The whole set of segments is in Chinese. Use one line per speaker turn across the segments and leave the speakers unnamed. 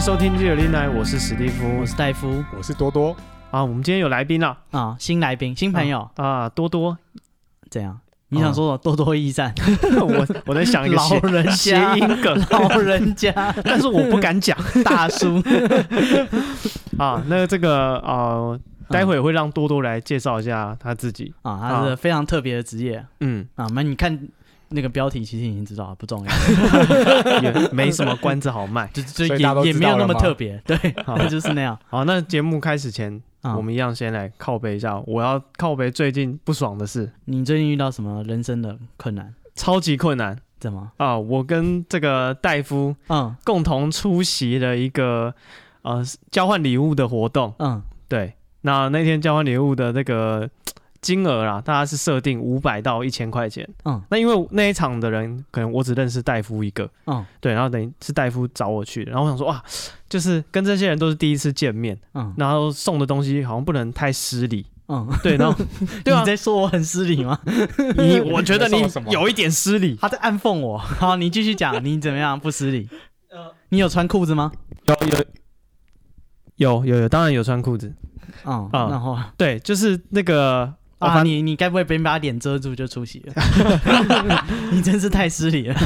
收听《自由恋爱》，我是史蒂夫
我是戴夫
我是多多，
啊。我们今天有来宾了
啊、新来宾、新朋友，
啊，多多，
怎样？你想
哦
说多多益 善，
我我在想一个
老
谐
人
谐
家
音 梗，
老人家
但是我不敢讲
大叔，
啊。那这个啊，待会会让多多来介绍一下他自己。
啊，他是非常特别的职业
嗯，
啊。那你看那个标题，其实已经知道了，不 重要，
也没什么关子好 卖。
就就
所以大家
也
都
也
知
没有
道
那
了
么
吗
特别，对，
好
那 就是那样
好，那节目开始前，
啊
我。们一样先来靠背一下，我要靠背最近不爽的事，
你最近遇到什么人生的困难？
超级困难
怎么？
啊！我跟这个戴夫
嗯
共同出席了一个呃交换礼物的活动。
嗯，
对，那那天交换礼物的那个金额啦，大家是设定五百到一千块钱。
嗯，
那因为那一场的人，可能我只认识戴夫一个。
嗯，
对，然后等于是戴夫找我去的，然后我想说哇，就是跟这些人都是第一次见面，
嗯
然后送的东西好像不能太失礼。
嗯，
对，然后 对啊
你，在说我很失礼吗？
你我觉得
你
你
送了什么
有一点失礼。
他在暗讽我。好，你继续讲，你怎么样不失礼？你有穿裤子吗？
有有有，当然有穿裤子。
嗯，
啊
然后
对，就是那个哦
啊，
反
你你该不会别人把脸遮住就出席 了？你真是太失礼了。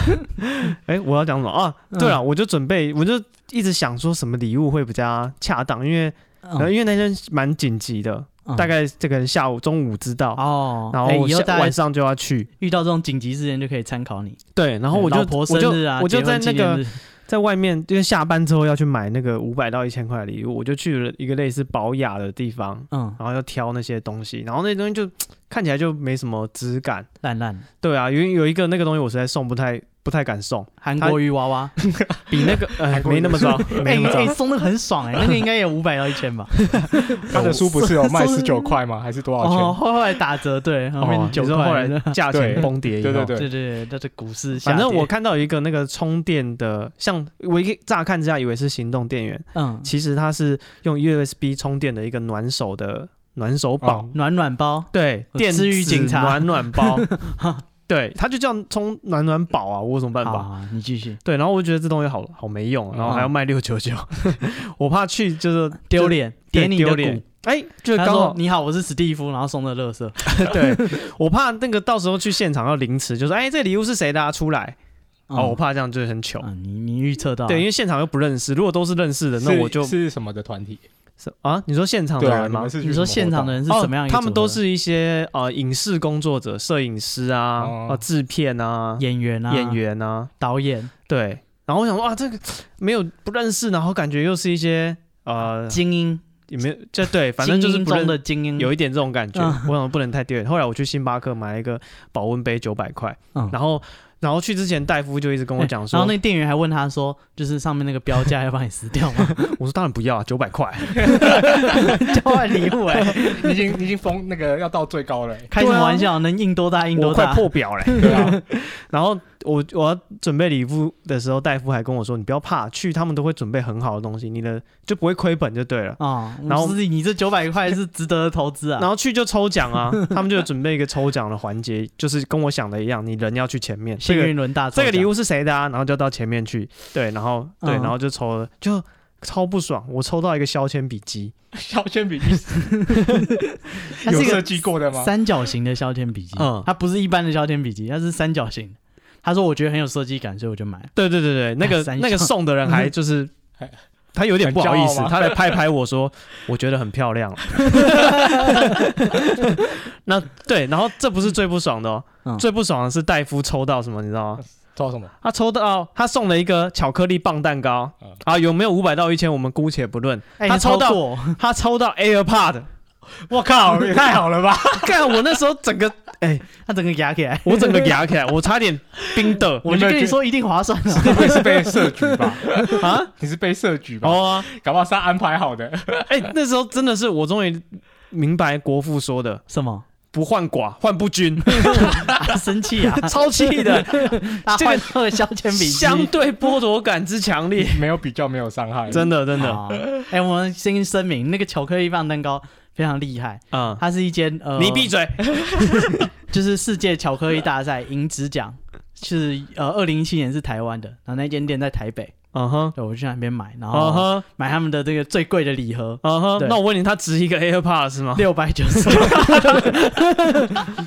哎、我要讲什么啊？
嗯
对了，我就准备，我就一直想说什么礼物会比较恰当，因为然后
嗯
因为那天蛮紧急的，
嗯
大概这个下午中午知道，
哦，
然后
哎
我
以后
下
大
晚
家
上就要去。
遇到这种紧急事件就可以参考你。
对，然后我就
老婆
我就
生日啊，
我就
结婚
在那
纪念
个
日
在外面，因为下班之后要去买那个五百到一千块的礼物，我就去了一个类似保雅的地方，
嗯
然后要挑那些东西，然后那些东西就看起来就没什么质感。
烂烂
对啊，有有一个那个东西我实在送不太 不太敢送，
韩国鱼娃娃，
比那 个呃
韩国
没那么糟，没
哎
那么糟
哎，。送的很爽哎，那个应该有五百到一千吧。
他的书不是有卖
送
十九块吗？还是多
哦，
少
后后来打折，对，后
哦
面
你
九
说
块，
后来价钱
对
崩跌以后，
对对对
对对对，那这股市下
反
跌，
正我看到有一个那个充电的，像我一乍看之下以为是行动电源，
嗯，
其实它是用 USB 充电的一个暖手的暖手宝，
钱？
暖暖包，
对，电子
治愈警察
暖暖包， 对，它就叫充暖暖宝啊，我有什么办
好
法？
好，你继续，
对，然后我就觉得这东西好好没
啊
用，啊然后还要卖六九九， 我怕去就是
丢，脸，
就对
点你的
丢
股
脸。。哎，就
他
刚
说
好：“，
你好，我是史蒂夫。”然后送的乐色，
对我怕那个到时候去现场要凌迟，就是哎，这礼物是谁的啊？出来，哦，我
嗯
怕这样就很糗。
啊，你你预测到了
对，因为现场又不认识，如果都是认识的，
是
那我就是
什么的团体？
是啊，你说现场的
对啊，
人
你
吗哦
们？是去
你说
什么
现
活
场
动
的人是什么样一个组合？
他们都是一些呃影视工作者、摄影师啊、
哦
呃制片啊、
演员啊，
演、员啊，
导演、
对。然后我想说，哇，啊这个没有不认识，然后感觉又是一些
嗯
呃
精英，
也没有就对，反正就是
精英
不认
中的精英。
有一点这种感觉，
嗯
我想不能太丢脸。后来我去星巴克买了一个保温杯，九百块，
嗯
然后然后去之前戴夫就一直跟我讲说，
然后那店员还问他说：“就是上面那个标价要帮你 撕掉吗
我说当然不要啊，九百块，？”
交换礼物哎，
啊你已经你已经封那个要到最高了欸，
开什么玩笑？能印多大印
我
多
快
大。
破表嘞。
对啊，
然后我我要准备礼物的时候，戴夫还跟我说：“你不要怕，去他们都会准备很好的东西，你的就不会亏本就对了。
啊！
然后
不是你这九百块是值得的投资 啊！
然后去就抽奖 啊，他们就有准备一个抽奖的环节，就是跟我想的一样，你人要去前面。
幸
这个
运轮大抽
这
奖
个礼物是谁的啊？然后就到前面去，对，然后对，
嗯
然后就抽了，就超不爽。我抽到一个削铅笔机，
肖铅笔
它
有
是一
设
个
计过的吗？
三角形的削铅笔机，
嗯
它不是一般的削铅笔机，它是三角形。他说我觉得很有设计感，所以我就买了。
对对对对，那个
三
那个
项
送的人还 就是。他有点不好意思
很骄傲，吗
他来拍拍我说：“我觉得很漂亮。” 那对，然后这不是最不爽的哦，
嗯
最不爽的是戴夫抽到什么，你知道吗？
嗯抽什么？
他抽到他送了一个巧克力棒蛋糕
嗯
啊，有没有五百到一千我们姑且不论，
哎
他
你
抽到
过
他抽到 AirPod，
我靠，也 太好了吧！
看我那时候整个
他整个压起来，
我整个牙起来，我差点冰 的
我
你
就
们
跟你
觉
说一定划算啊了。
你是被设局 吧？
啊！
你是被设局吧？
哦啊，
搞不好是他安排好的。
哎，那时候真的是我终于明白国父说的
什么？
“不患寡，患不 均
啊生气 啊！”，
超气 的。
他
这个
换到了削铅笔机。
相对剥夺感之强烈，
没有比较，没有伤害，
真的真的，
好哎，我们先声明，那个巧克力棒蛋糕非常厉害，
嗯，
它是一间呃，
你闭嘴，
就是世界巧克力大赛银质奖，是呃，二零一七年是台湾的，然后那间店在台北，
嗯哼，
对我去那边买，然
嗯
后
哼，
买他们的这个最贵的礼盒，
嗯哼。
对
那我问你，它值一个 AirPods 是吗？
六百九 十，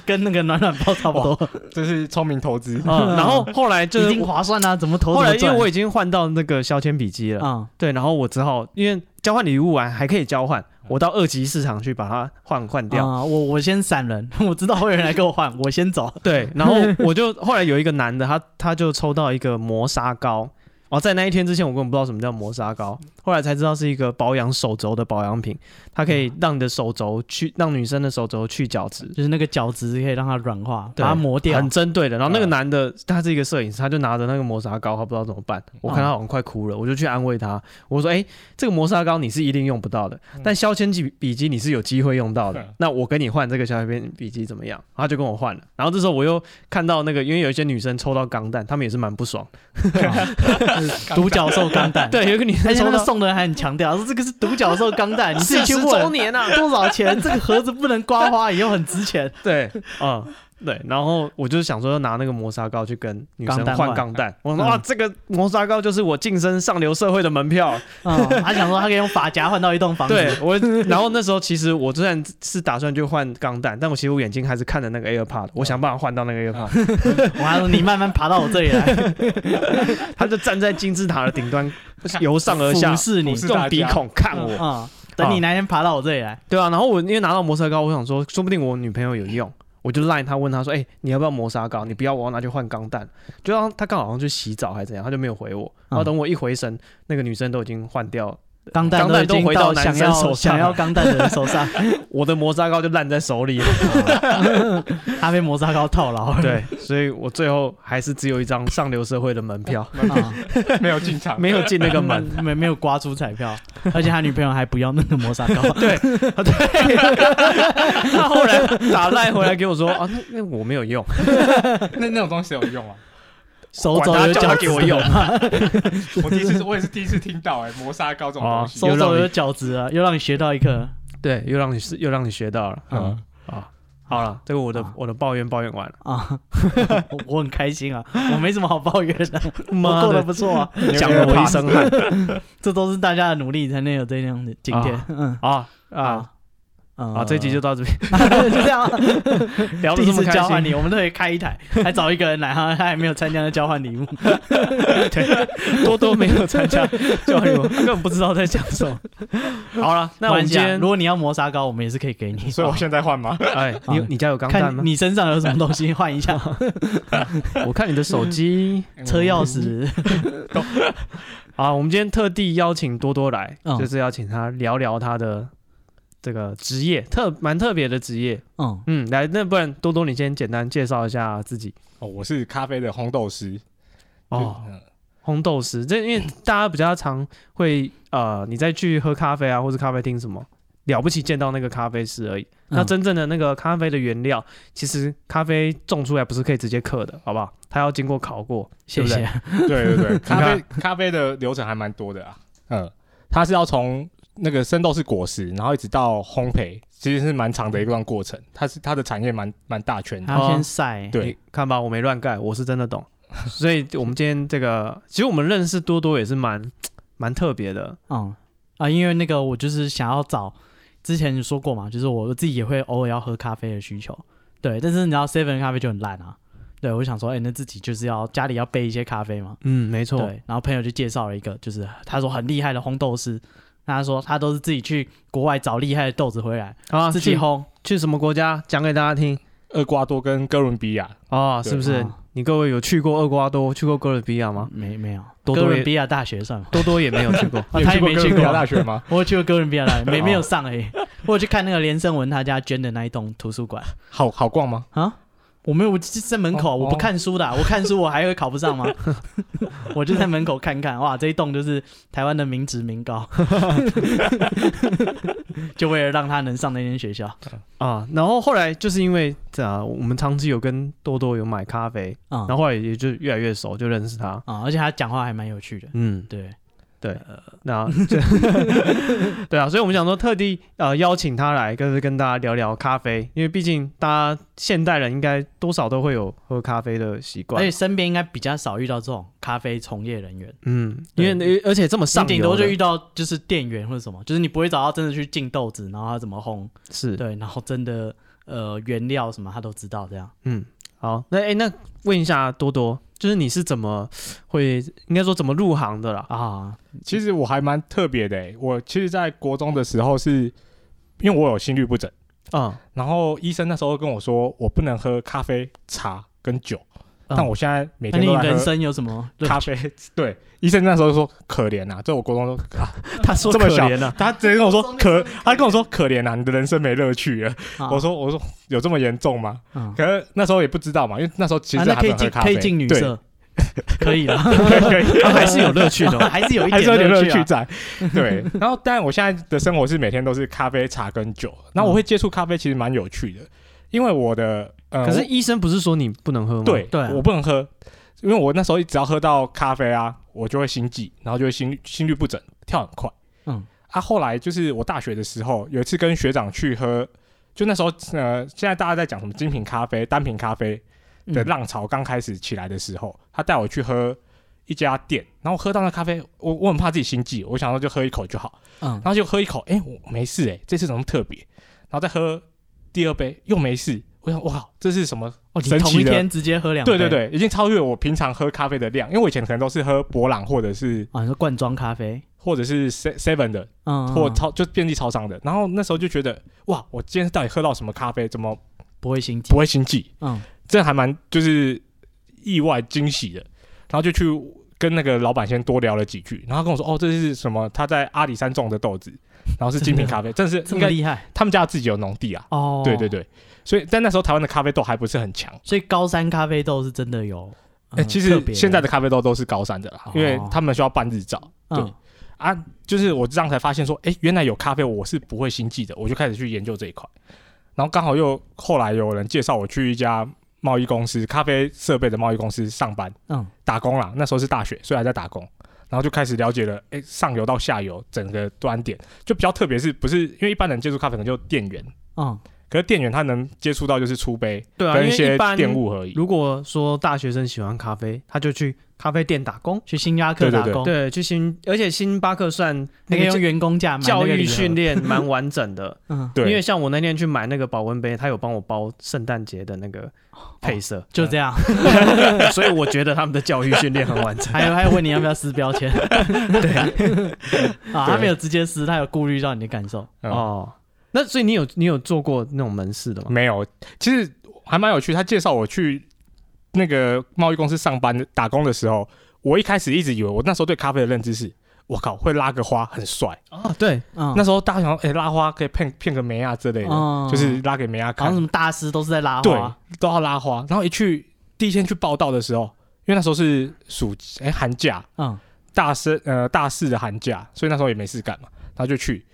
跟那个暖暖包差不多，
这是聪明投 资。
嗯，然后后来就
已
是
经
我
划算啊，怎么投
后
怎
来
么
因为
赚。
我已经换到那个削铅笔机了，
啊，
对，然后我只好因为交换礼物完还可以交换，我到二级市场去把它换换掉。
啊、我我先闪人，我知道会有人来跟我换，我先走。
对，然后我就后来有一个男的，他他就抽到一个磨砂膏。哦，在那一天之前，我根本不知道什么叫磨砂膏，后来才知道是一个保养手肘的保养品，它可以让你的手肘去，让女生的手肘去角质，
就是那个角质可以让它软化，
对
把它磨掉。
很针对的。然后那个
嗯
男的，他是一个摄影师，他就拿着那个磨砂膏，他不知道怎么办。
嗯
我看他好像快哭了，我就去安慰他，我说：“哎、这个磨砂膏你是一定用不到的，
嗯
但削铅笔笔记你是有机会用到的
嗯。
那我跟你换这个削铅笔记怎么样？”然后他就跟我换了。然后这时候我又看到那个，因为有一些女生抽到钢弹，她们也是蛮不爽。
独角兽钢 弹，，
对，有一个女
嗯
生
而且
抽
那个
到
送的人还很强调，说这个是独角兽钢弹，你自己去
40周
问
年啊，
多少钱，这个盒子不能刮花，以后很 值钱。
对，嗯，对，然后我就想说要拿那个磨砂膏去跟女生
钢弹
换
换
钢弹，我说哇，
嗯
这个磨砂膏就是我晋升上流社会的门票，
嗯，他想说他可以用发夹换到一栋房子。
对我，然后那时候其实我虽然是打算去换钢弹，但我其实我眼睛还是看着那个 AirPod，我想办法换到那
嗯
个 AirPod。
我还说你慢慢爬到我这里 来，
他就站在金字塔的顶端，由上而下
俯视你
俯。视
用鼻孔看我，啊
嗯，等你哪天爬到我这里来，
对啊。然后我因为拿到磨砂膏，我想说，说不定我女朋友有用，我就赖他问他说，哎、你要不要磨砂膏？你不要，我要拿去换钢弹。就让他刚好好像去洗澡还是怎样，他就没有回我。然
嗯
后等我一回神，那个女生都已经换掉，
钢弹
钢
已
弹都
经
回到
到
男
想
生
要
手上
想要钢弹的人手上，
我的磨砂膏就烂在手里了。
他被磨砂膏套牢了。
对，所以我最后还是只有一张上流社会的门票，
啊。
没有进场，
没有进那个门。
嗯没没有刮出彩票，而且他女朋友还不要那个磨砂膏，
对，啊对， 他后来打赖回来给我说啊，那那我没有用，
那那种东西有用啊！
手
管
肘
他
有
叫他
角
给我
质
用
了嘛，
我第一次，我也是第一次听到哎，磨砂膏这种东西。
哦
手肘有角质啊，又让你学到一课。
对，又让你又让你学到了，嗯
嗯，
啊，好了，这个我的
啊
我的抱怨抱怨完了，
啊， 我我很开心啊，我没什么好抱怨的， 我
妈
过得
的，
不错 啊，
讲了我一身 汗
这都是大家的努力才能有这样的今天。嗯
啊啊
啊啊
啊！这一 集就到这边
就这样啊，
聊得
第
这
一
么
次
开
交换礼
心，
物，我们都可以开一台，还找一个人来哈，他还没有参加的交换礼物。
多多没有参 加交换礼物，根本不知道在讲 什么。好了，那我们
玩
今
家，
天
啊如，果你要磨砂膏，我们也是可以给你。
所以我现在 换吗？
哎，你
啊
你家有钢弹吗
看？你身上有什么东西，换 一下
我看你的手机。
车钥
嗯
匙。
好，我们今天特地邀请多多来，
嗯
就是要请他聊聊他的这个职业，特蛮特别的职业。
嗯，
嗯，来，那不然多多你先简单介绍一下自己
哦，我是咖啡的烘豆师。
哦。
嗯，
烘豆师，这因为大家比较常会呃，你再去喝咖啡啊，或是咖啡厅什么，了不起见到那个咖啡师而已。那
嗯
真正的那个咖啡的原料，其实咖啡种出来不是可以直接刻的，好不好？它要经过烤过。
谢
对
谢。
嗯对对 对，咖
看
啡咖啡的流程还蛮多的啊。嗯，它是要从那个生豆是果实，然后一直到烘焙，其实是蛮长的一段过程。它是它的产业蛮蛮大圈的。
他先晒，
对
你看吧，我没乱盖，我是真的懂。 所以我们今天这个，其实我们认识多多也是蛮蛮特别的。
嗯啊，因为那个我就是想要找，之前你说过嘛，就是我我自己也会偶尔要喝咖啡的需求，对，但是你知道 Seven 咖啡就很烂啊，对，我想说，哎、那自己就是要家里要备一些咖啡嘛，
嗯，没错。
对，然后朋友就介绍了一个，就是他说很厉害的烘豆师，那他说他都是自己去国外找厉害的豆子回来，
好啊，
自己
去
烘，
去什么国家讲给大家听
厄瓜多跟哥伦比亚，
哦，
对
是不是
啊？
你各位有去过厄瓜多、去过哥伦比亚 吗？
没没有，
多
哥
多
伦
也
比亚大学算吗？。
多多也没有去过
啊，
你有
他也
过
没
哥
去过
伦比亚
啊，
大学吗？
我有去过哥伦比亚大学，没没有上而已，我有去看那个连胜文他家捐的那一栋图书馆。
好好逛吗？
啊？我没有，我就在门口，
哦
我不看书 的啊、我看书我还会考不上吗？我就在门口看看，哇，这一栋就是台湾的民职民 高，就为了让他能上那间学校
啊，然后后来就是因为这啊，我们长期有跟多多有买咖啡，
啊
然后后来也就越来越熟，就认识他。
嗯啊！而且他讲话还蛮有趣的，
嗯，
对，
那这对啊，所以我们想说特地呃邀请他来，跟跟大家聊聊咖啡，因为毕竟大家现代人应该多少都会有喝咖啡的习
而
啊
惯
且。身边应该比较少遇到这种咖啡从业人员，
嗯，因为而且这么
你
上
顶
游
多就
的
遇到就是店员或者什么，就是你不会找到真的去进豆子，然后他怎么烘，
是
对，然后真的呃原料什么他都知道这样。
嗯，好，那哎、诶那问一下多多，就是你是怎么会应该说怎么入行的啦？
啊，
其实我还蛮特别的、欸，我其实，在国中的时候是，因为我有心律不整，
嗯，
然后医生那时候跟我说，我不能喝咖啡、茶跟酒，
嗯
但我现在每
那
天
你
都在
人
喝
生有什么？
咖啡。 对，医生那时候说可怜啊， 这我国中都
他说
这么
可
小
怜了、
他直接跟我说可，他跟我说可怜啊，你的人生没乐趣了。
啊
我说我说有这么严重吗？
嗯
可是那时候也不知道嘛，因为那时候其
啊，
实
那
还
可
没
以
有喝
进
咖
可
啡，
以进女
对，
色，可以了，
可以
啊还是有乐趣的 哦、
还是有一
还
点
是有点乐
趣
趣
啊。
在。对，然后但我现在的生活是每天都是咖啡、茶跟酒。然后我会接触咖啡，其实蛮有趣的，因为我的呃，
可是
我
医生不是说你不能喝吗？
对
对啊
我不能喝，因为我那时候只要喝到咖啡啊，我就会心悸，然后就会心心律不整，跳很快。
嗯，
啊，后来就是我大学的时候，有一次跟学长去喝，就那时候呃，现在大家在讲什么精品咖啡、单品咖啡的
嗯
浪潮刚开始起来的时候，他带我去喝一家店，然后喝到那咖啡，我我很怕自己心悸，我想说就喝一口就好，
嗯
然，后就喝一口，哎、我没事哎、这次怎么特别？然后再喝第二杯又没事，我想哇，这是什么
哦，你
神
同
奇
一
的？
天直接喝两杯，
对对对，已经超越我平常喝咖啡的量，因为我以前可能都是喝博朗或者是
啊，你说罐装咖啡，
或者是 se- seven 的
嗯，嗯
或
嗯
超就便利超商的。然后那时候就觉得，哇，我今天到底喝到什么咖啡，怎么
不会心悸
不，会心悸？
嗯，
这还蛮就是意外惊喜的。然后就去跟那个老板先多聊了几句，然后他跟我说，哦，这是什么？他在阿里山种的豆子，然后是精品咖 啡，但是
这
应
么
该
厉害
他们家自己有农地啊。
哦。
对对，对，所以但那时候台湾的咖啡豆还不是很强。
所以高山咖啡豆是真的有，
哎、
嗯
其
特
实
别
现在的咖啡豆都是高山的啦，因为
哦
他们需要办日照。对
嗯
啊，就是我这样才发现说，哎、原来有咖啡我是不会心悸的，我就开始去研究这一块。然后刚好又后来有人介绍我去一家贸易公司，咖啡设备的贸易公司上班
嗯
打工啦。那时候是大学，所以还在打工。然后就开始了解了，哎、上游到下游整个端点，就比较特别是不是因为一般人接触咖啡可能就店员，
嗯
可是店员他能接触到就是出杯
对啊，
跟
因
一
为
些
一般
店务而已。
如果说大学生喜欢咖啡，他就去咖啡店打工，
去星巴克
对对
打
对
工，
对，去星，而且星巴克算哦那
那个用
个
员工价买
教
那个
育
礼盒
训，练蛮完整的。
嗯，
因
对，
为像我那天去买那个保温杯，他有帮我包圣诞节的那个配色，
就这 样。
哦 所以我觉得他们的教育训练很完整。
还有还有问你要不要撕标签，对 啊，他没有直接撕，他有顾虑到你的感受。
嗯
哦，那所以你有你有做过那种门市的吗？
没有，其实还蛮有趣。他介绍我去那个贸易公司上班打工的时候，我一开始一直以为我那时候对咖啡的认知是。我靠，会拉个花很帅。
哦，对，
嗯，
那时候大家想说，哎、拉花可以骗骗个梅亚之类的，
嗯
就是拉给梅啊亚
好像
看
什。么大师都是在拉
对
花，，
都要拉花。然后一去第一天去报道的时候，因为那时候是暑哎、寒假，
嗯，
大四呃大四的寒假，所以那时候也没事干嘛，然后就去。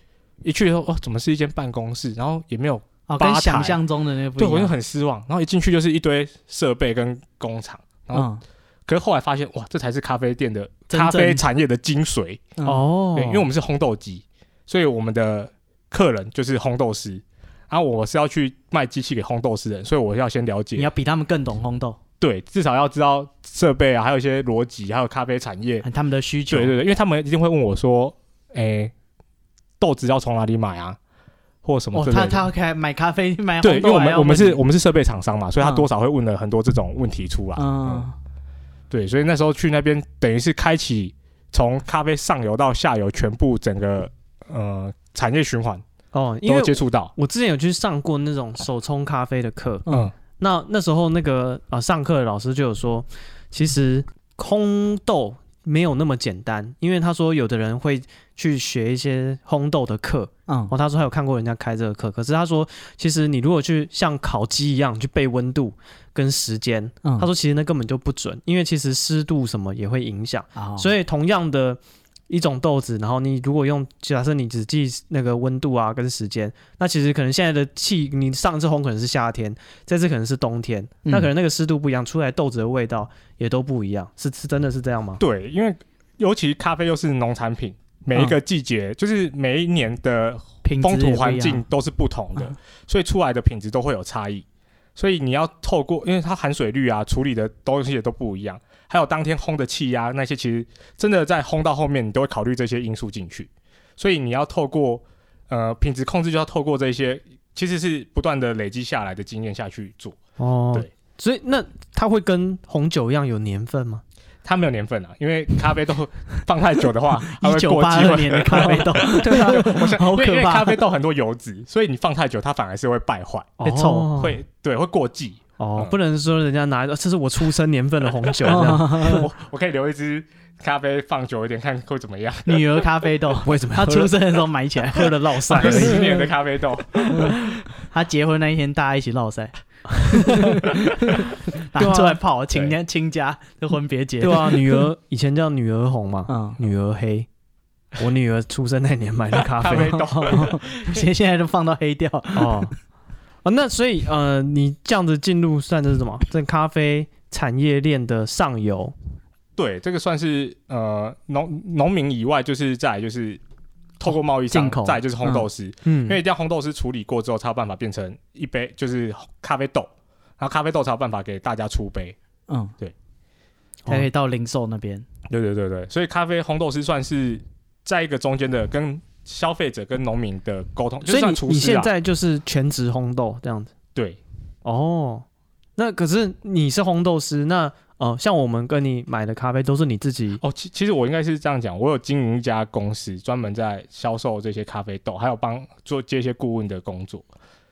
一去以后，哦，怎么是一间办公室？然后也没有，
哦，
吧
跟
台
想象中的那个不
对
一
我就
样。
很失望。然后一进去就是一堆设备跟工厂，然后
嗯
可是后来发现，哇，这才是咖啡店的
真正
哦咖啡产业的精髓。
嗯
哦
对，因为我们是烘豆机，所以我们的客人就是烘豆师。然后我是要去卖机器给烘豆师的人，所以我要先了
你
解，
要比他们更懂烘豆，
对，至少要知道设备啊，还有一些逻辑，还有咖啡产业。
他们的需求
对对。对，因为他们一定会问我说，诶，豆子要从哪里买啊，或什么
哦，
之类的。
他他开买咖啡买烘
对，因为
豆
我
还
们
要
我们
问
是
你
我们是设备厂商嘛，所以他
嗯
多少会问了很多这种问题出来。
嗯
对，所以那时候去那边等于是开启从咖啡上游到下游全部整个呃产业循环
哦，因为
都接触到。
我之前有去上过那种手冲咖啡的课，
嗯，
那那时候那个啊、呃上课的老师就有说，其实烘豆没有那么简单，因为他说有的人会去学一些烘豆的课，
嗯
哦，他说他有看过人家开这个课，可是他说其实你如果去像烤鸡一样去背温度跟时间，
嗯，
他说其实那根本就不准，因为其实湿度什么也会影响。
说
所
以
以同样的一种豆子，然后你如果用，假设你只记那个温度啊跟时间，那其实可能现在的气，你上次烘可能是夏天，这次可能是冬天，
嗯
那可能那个湿度不一样，出来豆子的味道也都不一样，是是真的是这样吗？
对，因为尤其咖啡又是农产品，每一
嗯
个季节、就是每一年的
品质也
风土
不
环
一
境
样，
都是不同的，
嗯
所以出来的品质都会有差异。所以你要透过，因为它含水率啊、处理的东西也都不一样，还有当天烘的气压那些，其实真的在烘到后面，你都会考虑这些因素进去。所以你要透过呃品质控制，就要透过这些，其实是不断的累积下来的经验下去做。
哦
对，
所以那它会跟红酒一样有年份吗？
它没有年份啊，因为咖啡豆放太久的 话，它
一
会
九
过
八
期
二
会。
年的咖 啡豆，
对啊，我想
好
因为
可
因为
怕
咖啡豆很多油脂，所以你放太久，它反而是会败坏，
会臭
哦
会对会过季。
哦
嗯，
不能说人家拿哦这是我出生年份的红酒，这样
我我可以留一支咖啡放久一点，看会怎么样。
女儿咖啡豆，
为什么
他出生的时候买起来，
喝了落 散
三？十年的咖啡豆，
他结婚那一天大家一起落 塞，拿出来
啊
泡，亲家亲家的婚别节，
对啊，女儿以前叫女儿红嘛，
嗯，
女儿黑。我女儿出生那年买的咖
咖
啡
啡豆
现现在都放到黑掉，
哦哦，那所以呃，你这样子进入算是什么？在咖啡产业链的上游
对这个算是呃农农民以外，就是再来就是透过贸易商
进口，
再来就是烘豆师，
嗯
因为一定要烘豆师处理过之后，才有办法变成一杯就是咖啡豆，然后咖啡豆才有办法给大家出杯。
嗯，哦才可以到零售那边，
对对对对，所以咖啡烘豆师算是在一个中间的跟消费者跟农民的沟通，就
所
是
以
算
你
厨
你
师
现
啊。
在就是全职烘豆这样子
对，
哦。那可是你是烘豆师，那哦、呃像我们跟你买的咖啡都是你自己
哦，其其实我应该是这样讲，我有经营一家公司，专门在销售这些咖啡豆，还有帮做接一些顾问的工作。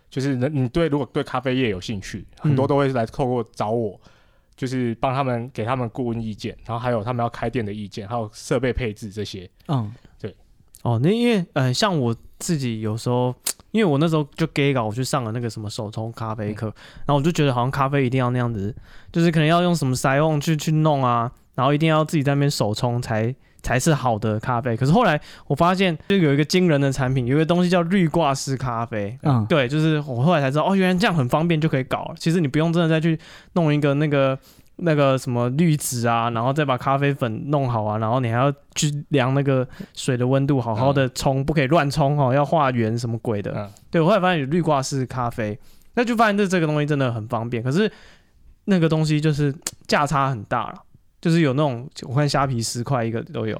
就是能你对如果对咖啡业有兴趣，很多
嗯
都会来透过找我，就是帮他们给他们顾问意见，然后还有他们要开店的意见，还有设备配置这些。
嗯，
哦。那因为呃，像我自己有时候，因为我那时候就 gay 搞，我去上了那个什么手冲咖啡课，然后我就觉得好像咖啡一定要那样子，就是可能要用什么筛网去去弄啊，然后一定要自己在那边手冲才。才是好的咖啡。可是后来我发现，就有一个惊人的产品，有一个东西叫滤挂式咖啡。
嗯，
对，就是我后来才知道，哦，原来这样很方便就可以搞了。其实你不用真的再去弄一个那个那个什么滤纸啊，然后再把咖啡粉弄好啊，然后你还要去量那个水的温度，好好的冲，不可以乱冲哦，要画圆什么鬼的。
嗯
对我后来发现有滤挂式咖啡，那就发现这这个东西真的很方便，可是那个东西就是价差很大了。就是有那种，我看虾皮十块一个都有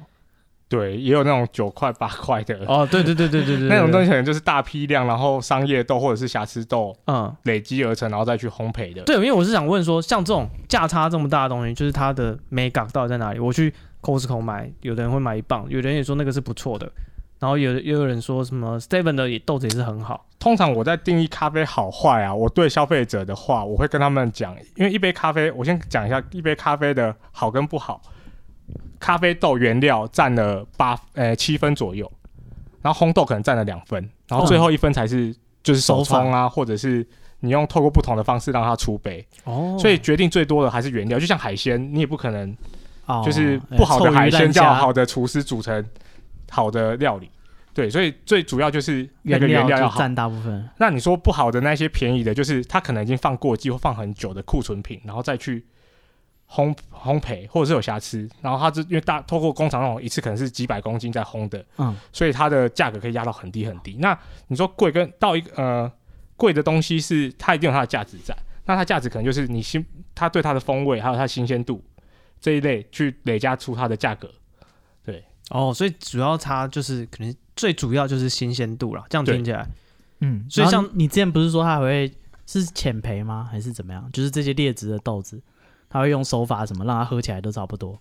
对，也有那种九块八块的、
哦，对对对对对对，
嗯那种东
西，
西，可能就是大批量，然后商业豆或者是瑕疵豆
嗯，
累积而成，然后再去烘焙的。
对，因为我是想问说，像这种价差这么大的东西，就是它的美感到底在哪里？我去 Costco 买，有的人会买一磅，有的人也说那个是不错的，然后有也有人说什么 Steven 的也豆子也是很好，
通常我在定义咖啡好坏啊，我对消费者的话，我会跟他们讲，因为一杯咖啡，我先讲一下一杯咖啡的好跟不好。咖啡豆原料占了八呃七分左右，然后烘豆可能占了两分，然后最后一分才是、就是手冲啊，或者是你用透过不同的方式让它出杯，
哦
所以决定最多的还是原料。就像海鲜，你也不可能
哦
就是不好的海鲜叫，
哎
好的厨师煮成好的料理，对，所以最主要就是那
臭
个
鱼烂虾原
原料要
料就
好。
占大部分，
那你说不好的那些便宜的，就是它可能已经放过季或放很久的库存品，然后再去烘烘焙，或者是有瑕疵，然后它是因为大透过工厂那种一次可能是几百公斤在烘的，
嗯，
所以它的价格可以压到很低很低。那你说贵跟到一个呃贵的东西是它一定有它的价值在，那它价值可能就是你新它对它的风味还有它的新鲜度这一类去累加出它的价格。
哦，所以主要差就是可能最主要就是新鲜度啦，这样
对
听起来
嗯，
所以像
然后你之前不是说它还会是浅培吗？还是怎么样？就是这些劣质的豆子，它会用手法什么让它喝起来都差不多，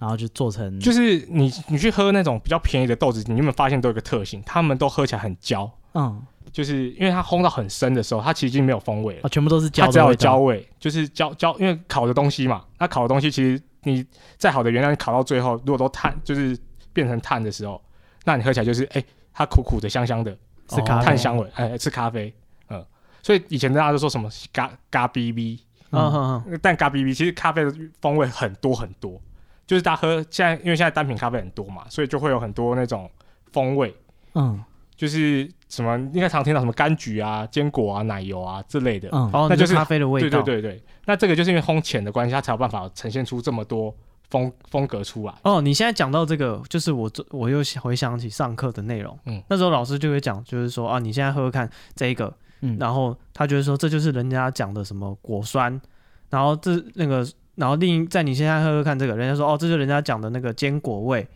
然后就做成
就是你你去喝那种比较便宜的豆子，你有没有发现都有一个特性，它们都喝起来很焦。
嗯
就是因为它烘到很深的时候，它其实已经没有风味了
啊，，全部都是
它
胶
只要
的
有
味
焦
道，
味，就是焦焦，因为烤的东西嘛，那烤的东西其实你再好的原料，你烤到最后，如果都碳就是变成碳的时候，那你喝起来就是哎、它苦苦的、香香的，
是
哦
咖
碳
啡
香味，哎、是咖啡，嗯，所以以前大家都说什么嘎嘎哔哔，
嗯
嗯
哼哼，
但嘎哔哔其实咖啡的风味很多很多，就是大家喝现在因为现在单品咖啡很多嘛，所以就会有很多那种风味，
嗯
就是什么应该常听到什么柑橘啊、坚果啊、奶油啊之类的。
嗯，
哦，
那就是
咖啡的味道，
对对对对，那这个就是因为烘浅的关系，它才有办法呈现出这么多风风格出来。
哦，你现在讲到这个，就是我昨我又想回想起上课的内容。
嗯
那时候老师就会讲，就是说啊，你现在喝喝看这个，
嗯
然后他就会说这就是人家讲的什么果酸，然后这那个，然后另一在你现在喝喝看这个，人家说哦，这就是人家讲的那个坚果味。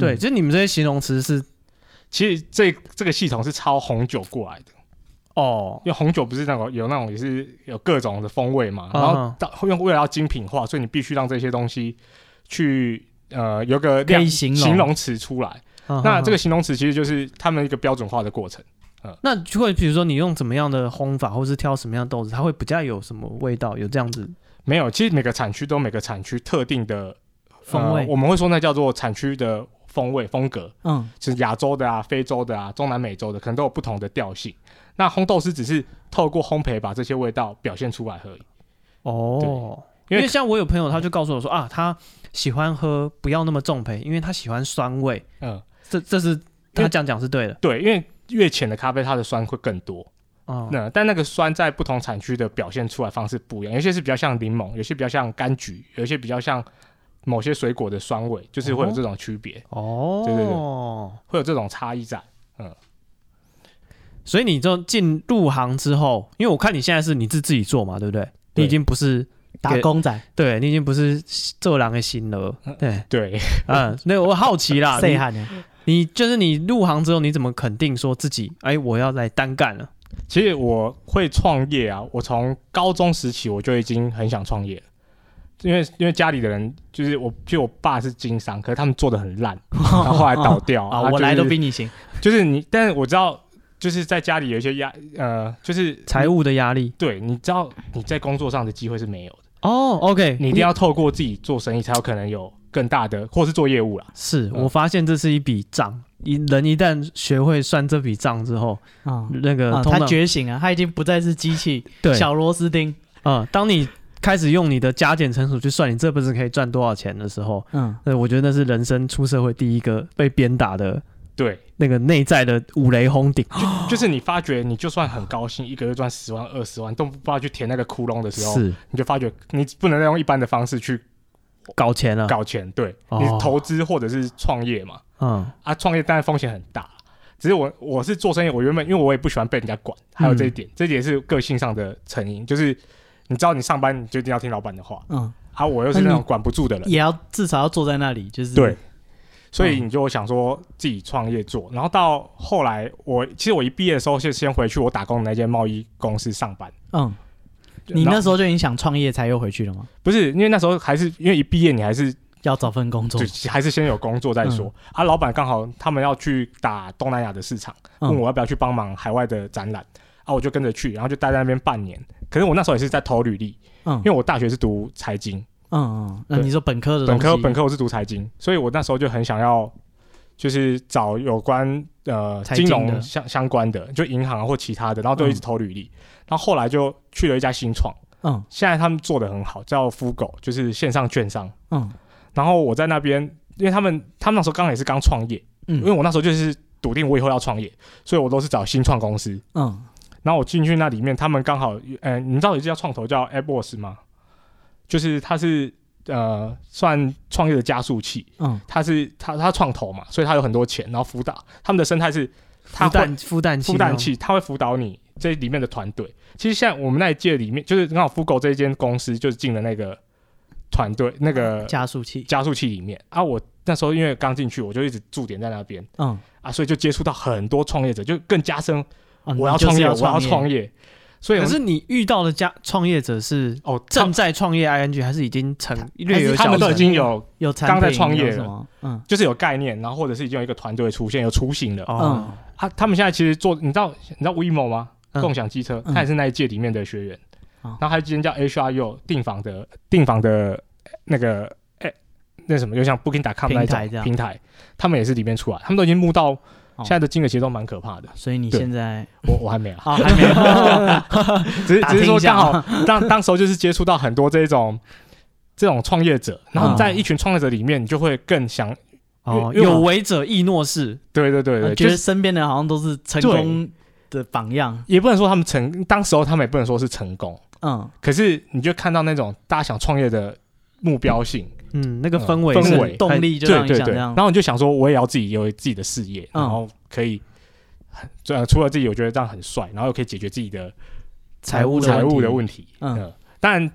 对，
嗯
就是你们这些形容词是
其实这这个系统是抄红酒过来的，
哦，
因为红酒不是那种有那种也是有各种的风味
啊
嘛，
嗯
然后到用为了要精品化，所以你必须让这些东西去呃有个
可
量
以形容
形容词出来。
嗯
那这
嗯
个
嗯
形容词其实就是他们一个标准化的过程。
那就会比如说你用怎么样的烘法，或是挑什么样的豆子，它会比较有什么味道，有这样子
没有，其实每个产区都有每个产区特定的
风味
呃我们会说那叫做产区的风味风格，
嗯
就是亚洲的啊、非洲的啊、中南美洲的，可能都有不同的调性。那烘豆师只是透过烘焙把这些味道表现出来而已。
哦。因
因为
为像我有朋友，他就告诉我说啊，他喜欢喝不要那么重焙，因为他喜欢酸味。
嗯，
这这是
因
他
为
这样讲是对的
对，因为越浅的咖啡它的酸会更多。
哦
那但那个酸在不同产区的表现出来方式不一样，有些是比较像柠檬，有些比较像柑橘，有些比较像某些水果的酸味，就是
嗯
会有这种区别，
哦，
对对会有这种差异在。
所以你就进入行之后，因为我看你现在是你自自己做嘛，对不对？你
对
已经不是
打工仔
对你已经不是做狼的心 了，对，
对，
嗯，那我好奇 啦，
谁
你
啊
喊呢？
你就是你入行之后，你怎么肯定说自己哎我要来单干了？
其实我会创业啊，我从高中时期我就已经很想创业了，因为因为家里的人就是我，就我爸是经商，可是他们做的很烂，然后后来倒 掉
啊，
他
我来
就是
都比你行。
就是你，但是我知道就是在家里有一些压呃，就是
财务的压力
对，你知道你在工作上的机会是没有的，
哦，OK，
你一定要透过自己做生意才有可能有更大的，或是做业务啦。
是
嗯
我发现这是一笔账，一人一旦学会算这笔账之后，
啊
那个
啊，
通
他
常
觉醒了，他已经不再是机器
对
小螺丝钉。
啊，当你开始用你的加减乘除去算你这辈子可以赚多少钱的时候，
嗯，
那我觉得那是人生出社会第一个被鞭打的
对，
那个内在的五雷轰顶。
就是你发觉你就算很高兴，一个月赚十万、二十万，都不知道去填那个窟窿的时候，
是
你就发觉你不能再用一般的方式去
搞钱
啊
了，
搞钱。对，
哦
你投资或者是创业嘛，
嗯，
啊，创业当然风险很大。只是我我是做生意，我原本因为我也不喜欢被人家管，还有这一
嗯
点，这也是个性上的成因，就是你知道你上班你就一定要听老板的话，
嗯，
啊，我又是那种管不住的人，
也要至少要坐在那里，就是
对，所以你就想说自己创业做，然后到后来我其实我一毕业的时候是先回去我打工的那间贸易公司上班。
嗯，你那
然后
时候就已经想创业才又回去了吗？
不是因为那时候还是因为一毕业你还是
要找份工作
就，还是先有工作再
嗯
说、啊。老板刚好他们要去打东南亚的市场，
嗯
问我要不要去帮忙海外的展览啊，我就跟着去，然后就待在那边半年。可是我那时候也是在投履历，
嗯
因为我大学是读财经，
嗯嗯，那
对
你说本科的
本科
东西
本科我是读财经，所以我那时候就很想要，就是找有关呃
财经
金
的
融相相关的，就银行啊或其他的，然后就一直投履历，然后后来就去了一家新创，
嗯
现在他们做的很好，叫 g 狗，就是线上券商。
嗯
然后我在那边，因为他们他们那时候刚好也是刚创业，
嗯，
因为我那时候就是笃定我以后要创业，所以我都是找新创公司。
嗯
然后我进去那里面，他们刚好，呃，你知道有一家创投叫 AppWorks 吗？就是它是呃算创业的加速器，
嗯
他是他他创投嘛，所以他有很多钱，然后辅导他们的生态是，
孵
他
蛋孵蛋器
孵蛋
吗，
器，他会辅导你这里面的团队。其实像我们那一届里面，就是刚好 g 狗这一间公司就是进了那个团队那个
哦加速器，
加速器里面啊。我那时候因为刚进去，我就一直驻点在那边
嗯，
啊，所以就接触到很多创业者，就更加深
哦
我要
你就
创
是
业，
要
我要
创
创业。所以
可
我
是你遇到的家创业者是
哦，他
正在创业 ING 还是已经成
还
略
是
有
他
小哦
们都已
成？
经有
有产品
刚在创业
有什么？嗯
就是有概念，然后或者是已经有一个团队出现，有雏形了。
哦，
他他们现在其实做，你知道你知道 WeMo 吗？
嗯
共享机车，
嗯
他也是那一届里面的学员。
哦
然后还有一间叫 HRU 订房的订房的那个哎、那什么，就像 Booking.com 那一
平台这
种
样哦
平台，他们也是里面出来，他们都已经募到现在的金额其实都蛮可怕的。
所以你
对
现在
我我还没啊，
啊还没 有，
只是
打
只是
听
说
一下哦
刚好 当当时候就是接触到很多这种。这种创业者，然
嗯
后在一群创业者里面，你就会更想，
哦，
因为因为我
有为者亦诺是
对对对对，
哦觉
就
得
是
身边的人好像都是成功的榜样，
也不能说他们成，当时候他们也不能说是成功，
嗯
可是你就看到那种大家想创业的目标性，
嗯，那个
嗯
氛围
氛
是
围
动力就
对
让你
对
想
对，
这
然
样，
后你就想说，我也要自己有自己的事业，
嗯
然后可以，呃，除了自己，我觉得这样很帅，然后又可以解决自己的
财务的
财务的
问题
问题。
嗯
嗯，当然，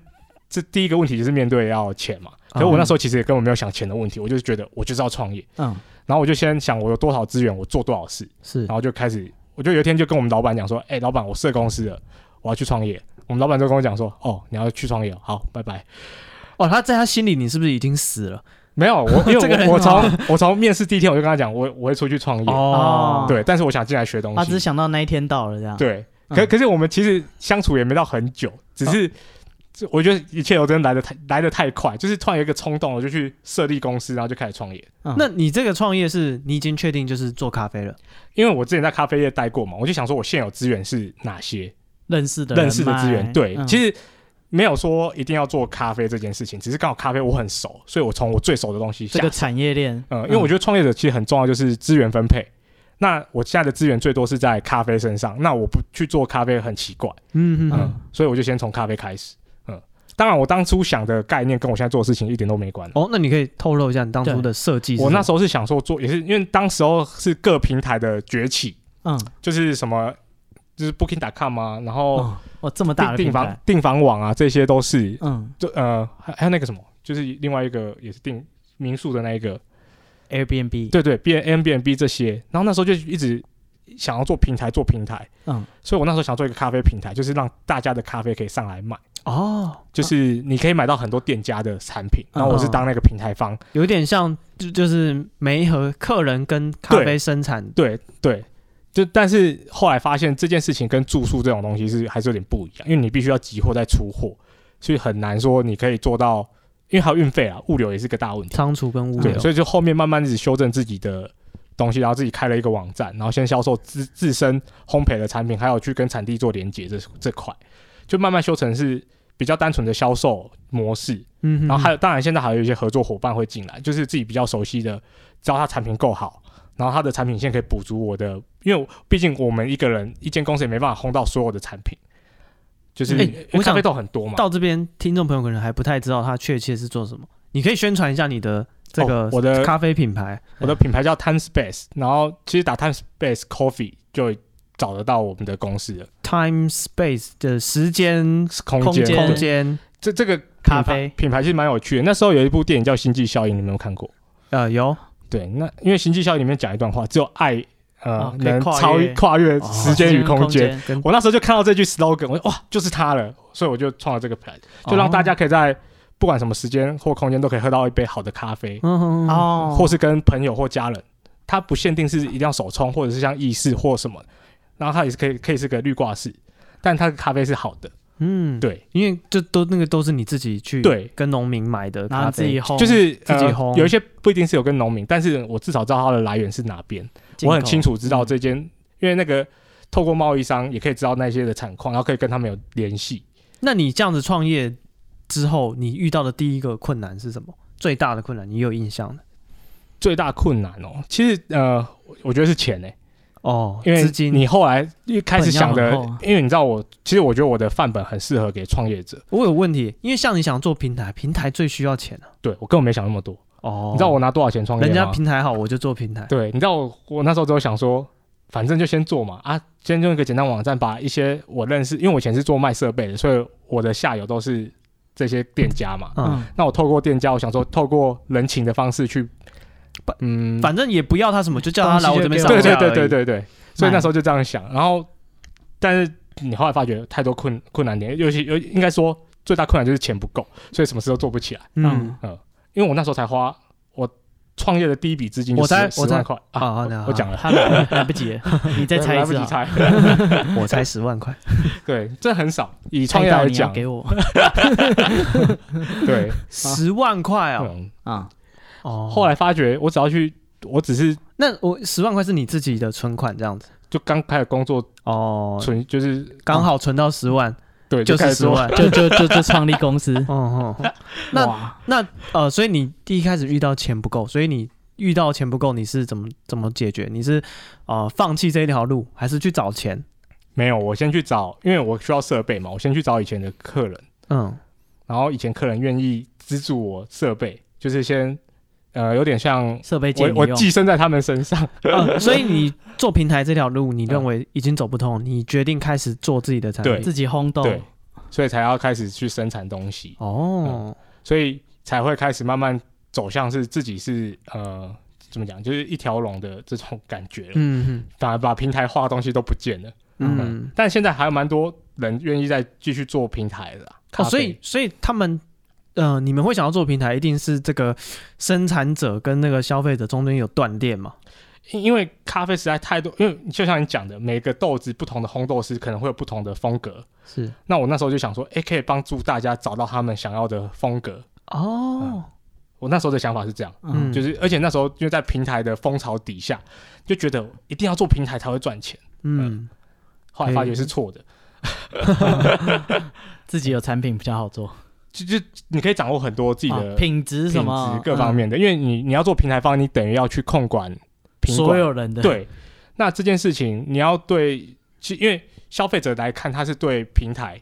这第一个问题就是面对要钱嘛。
啊
可是我那时候其实也根本没有想钱的问题，我就是觉得我就是要创业，
嗯
然后我就先想我有多少资源，我做多少事，
是
然后就开始，我就有一天就跟我们老板讲说，哎、老板，我设公司了，我要去创业。我们老板就跟我讲说，哦，你要去创业哦，好，拜拜。
哦，他在他心里你是不是已经死了？
没有，我因
这个
为
人
我我从我从面试第一天我就跟他讲，我我会出去创业，
哦
对，但是我想进来学东
他啊只
西
是，想到那一天到了这样，
对。可
嗯
可是我们其实相处也没到很久，只是这我觉得一切都真的来的太来的太快，就是突然有一个冲动，我就去设立公司，然后就开始创业。
嗯，
那你这个创业是你已经确定就是做咖啡了，
因为我之前在咖啡业待过嘛，我就想说我现有资源是哪些，
认识的人
认识的资源。
脉
对，
嗯
其实没有说一定要做咖啡这件事情，只是刚好咖啡我很熟，所以我从我最熟的东西
这
下
个
手。
产业链，
嗯，因为我觉得创业者其实很重要，就是资源分
嗯
配。那我现在的资源最多是在咖啡身上，那我不去做咖啡很奇怪。
嗯嗯
嗯
嗯，，
所以我就先从咖啡开始。嗯，当然我当初想的概念跟我现在做的事情一点都没关。
哦，那你可以透露一下你当初
对
的设计是什
我
么？
那时候是想说做，也是因为当时候是各平台的崛起，
嗯，
就是什么就是 Booking.com 啊，然后
哦，哇，这么大的
订订
品
房
牌，
订房网啊，这些都是
嗯
就呃还还有那个什么，就是另外一个也是订民宿的那一个，
，Airbnb，
对对，B N B N B 这些。然后那时候就一直想要做平台，做平台，
嗯，
所以我那时候想做一个咖啡平台，就是让大家的咖啡可以上来卖。
哦，
就是你可以买到很多店家的产品，
嗯
然后我是当那个平台方，
有点像就就是媒和客人跟咖啡生产
对对，就但是后来发现这件事情跟住宿这种东西是还是有点不一样，因为你必须要集货再出货，所以很难说你可以做到，因为还有运费啊，物流也是个大问题，
仓储跟物
对，
流，
所以就后面慢慢一直修正自己的东西，然后自己开了一个网站，然后先销售自自身烘焙的产品，还有去跟产地做连接这这块，就慢慢修成是比较单纯的销售模式，
嗯，
然后还
有
有，当然现在还有一些合作伙伴会进来，就是自己比较熟悉的，只要他产品够好，然后他的产品线可以补足我的，因为我毕竟我们一个人一间公司也没办法烘到所有的产品，就是、
哎
因为
我
咖
想
啡豆很多嘛。
到这边听众朋友可能还不太知道他确切是做什么，你可以宣传一下你的这
哦
个
我的
咖啡品牌
我的品牌叫 Time Space，然后其实打 Time Space Coffee 就找得到我们的公司了，
Time Space 的时间
空
空
间
间
对
空间，
这这个品牌
咖啡
品牌其实蛮有趣的。那时候有一部电影叫《星际效应》，你们有没有看过？
呃，有
对，那因为《星际效应》里面讲一段话，只有爱呃、
哦可以
能
跨
超
越
跨越
哦
时间与空间。，
跟
我那时候就看到这句 slogan，我说哇，就是它了，所以我就创了这个牌，就让
哦
大家可以在不管什么时间或空间都可以喝到一杯好的咖啡，
嗯哦
哦，
或是跟朋友或家人，它不限定是一定要手冲，或者是像意式或什么，然后它也是可以可以是个绿挂式，但它的咖啡是好的，
嗯，
对，
因为这都那个都是你自己去
对
跟农民买的
然
咖
哦后自己
啡，
烘，
就是
自己
呃
烘
有一些不一定是有跟农民，但是我至少知道它的来源是哪边，
进口嗯
我很清楚知道这间，因为那个透过贸易商也可以知道那些的产况，然后可以跟他们有联系。
那你这样子创业之后，你遇到的第一个困难是什么？最大的困难你有印象的
最大困难哦，其实呃，我我觉得是钱呢、欸
哦，
因为
资金。
你后来一开始想的
本要很厚啊，
因为你知道我，其实我觉得我的范本很适合给创业者，
我有问题，因为像你想做平台，平台最需要钱啊。
对我根本没想那么多，
哦
你知道我拿多少钱创业吗？
人家平台好，我就做平台。
对，你知道我我那时候只有想说，反正就先做嘛啊，先用一个简单网站把一些我认识，因为我以前是做卖设备的，所以我的下游都是这些店家嘛。
嗯，
嗯，
那我透过店家，我想说透过人情的方式去
把，
嗯，
反正也不要他什么，就叫他来我这边上
对
架
对
而
对
已
对，对对，所以那时候就这样想，然后但是你后来发觉太多困困难点，尤其尤应该说最大困难就是钱不够，所以什么事都做不起来。
嗯
因为我那时候才花我创业的第一笔资金就
我猜
十
我
十
猜
万块
啊
啊，
啊
我
啊
我讲了，
他来来不 及了，你再猜
来
一
不
次啊
及
好了，
猜，
我才十万块。
对，这很少。以创
猜
业
到
来
你要
讲，
给 我
对，
十万块哦，
嗯，
啊，
哦，
后来发觉我只要去，我只是
那我十万块是你自己的存款这样子
就刚开始工作
哦，
存，就是
刚好存到十万，
对，
就
哦开
是
始
十
做。
万。，
就就就就创立公司
哦哦，那
哇，
那呃，所以你第一开始遇到钱不够，所以你遇到钱不够，你是怎么怎么解决？你是呃放弃这一条路，还是去找钱？
没有，我先去找，因为我需要设备嘛，我先去找以前的客人。
嗯，
然后以前客人愿意资助我设备，就是先呃有点像
设备建
我
议
我
用
寄生在他们身上。
啊 所以你做平台这条路，你认为已经走不通，你决定开始做自己的产品。
自己烘豆，
对，所以才要开始去生产东西，
哦，
所以才会开始慢慢走向是自己是呃怎么讲，就是一条龙的这种感觉了，
嗯
反而把平台化的东西都不见了。
嗯嗯
嗯，，但现在还有蛮多人愿意再继续做平台的啦、
哦，
咖啡
所以所以他们。呃，你们会想要做平台，一定是这个生产者跟那个消费者中间有断裂嘛？
因因为咖啡实在太多，因为就像你讲的，每个豆子不同的烘豆师可能会有不同的风格。
是
那我那时候就想说，诶，可以帮助大家找到他们想要的风格。
哦，
我那时候的想法是这样，
嗯，
就是而且那时候就在平台的风潮底下，就觉得一定要做平台才会赚钱。呃
嗯，
后来发觉是错的，
自己有产品比较好做，
就就你可以掌握很多自己
啊
的
品质
品
什么
质各方面的，因为你你要做平台方，你等于要去控管
嗯
品
所
管
有人的，
对，那这件事情你要对，其因为消费者来看，他是对平台，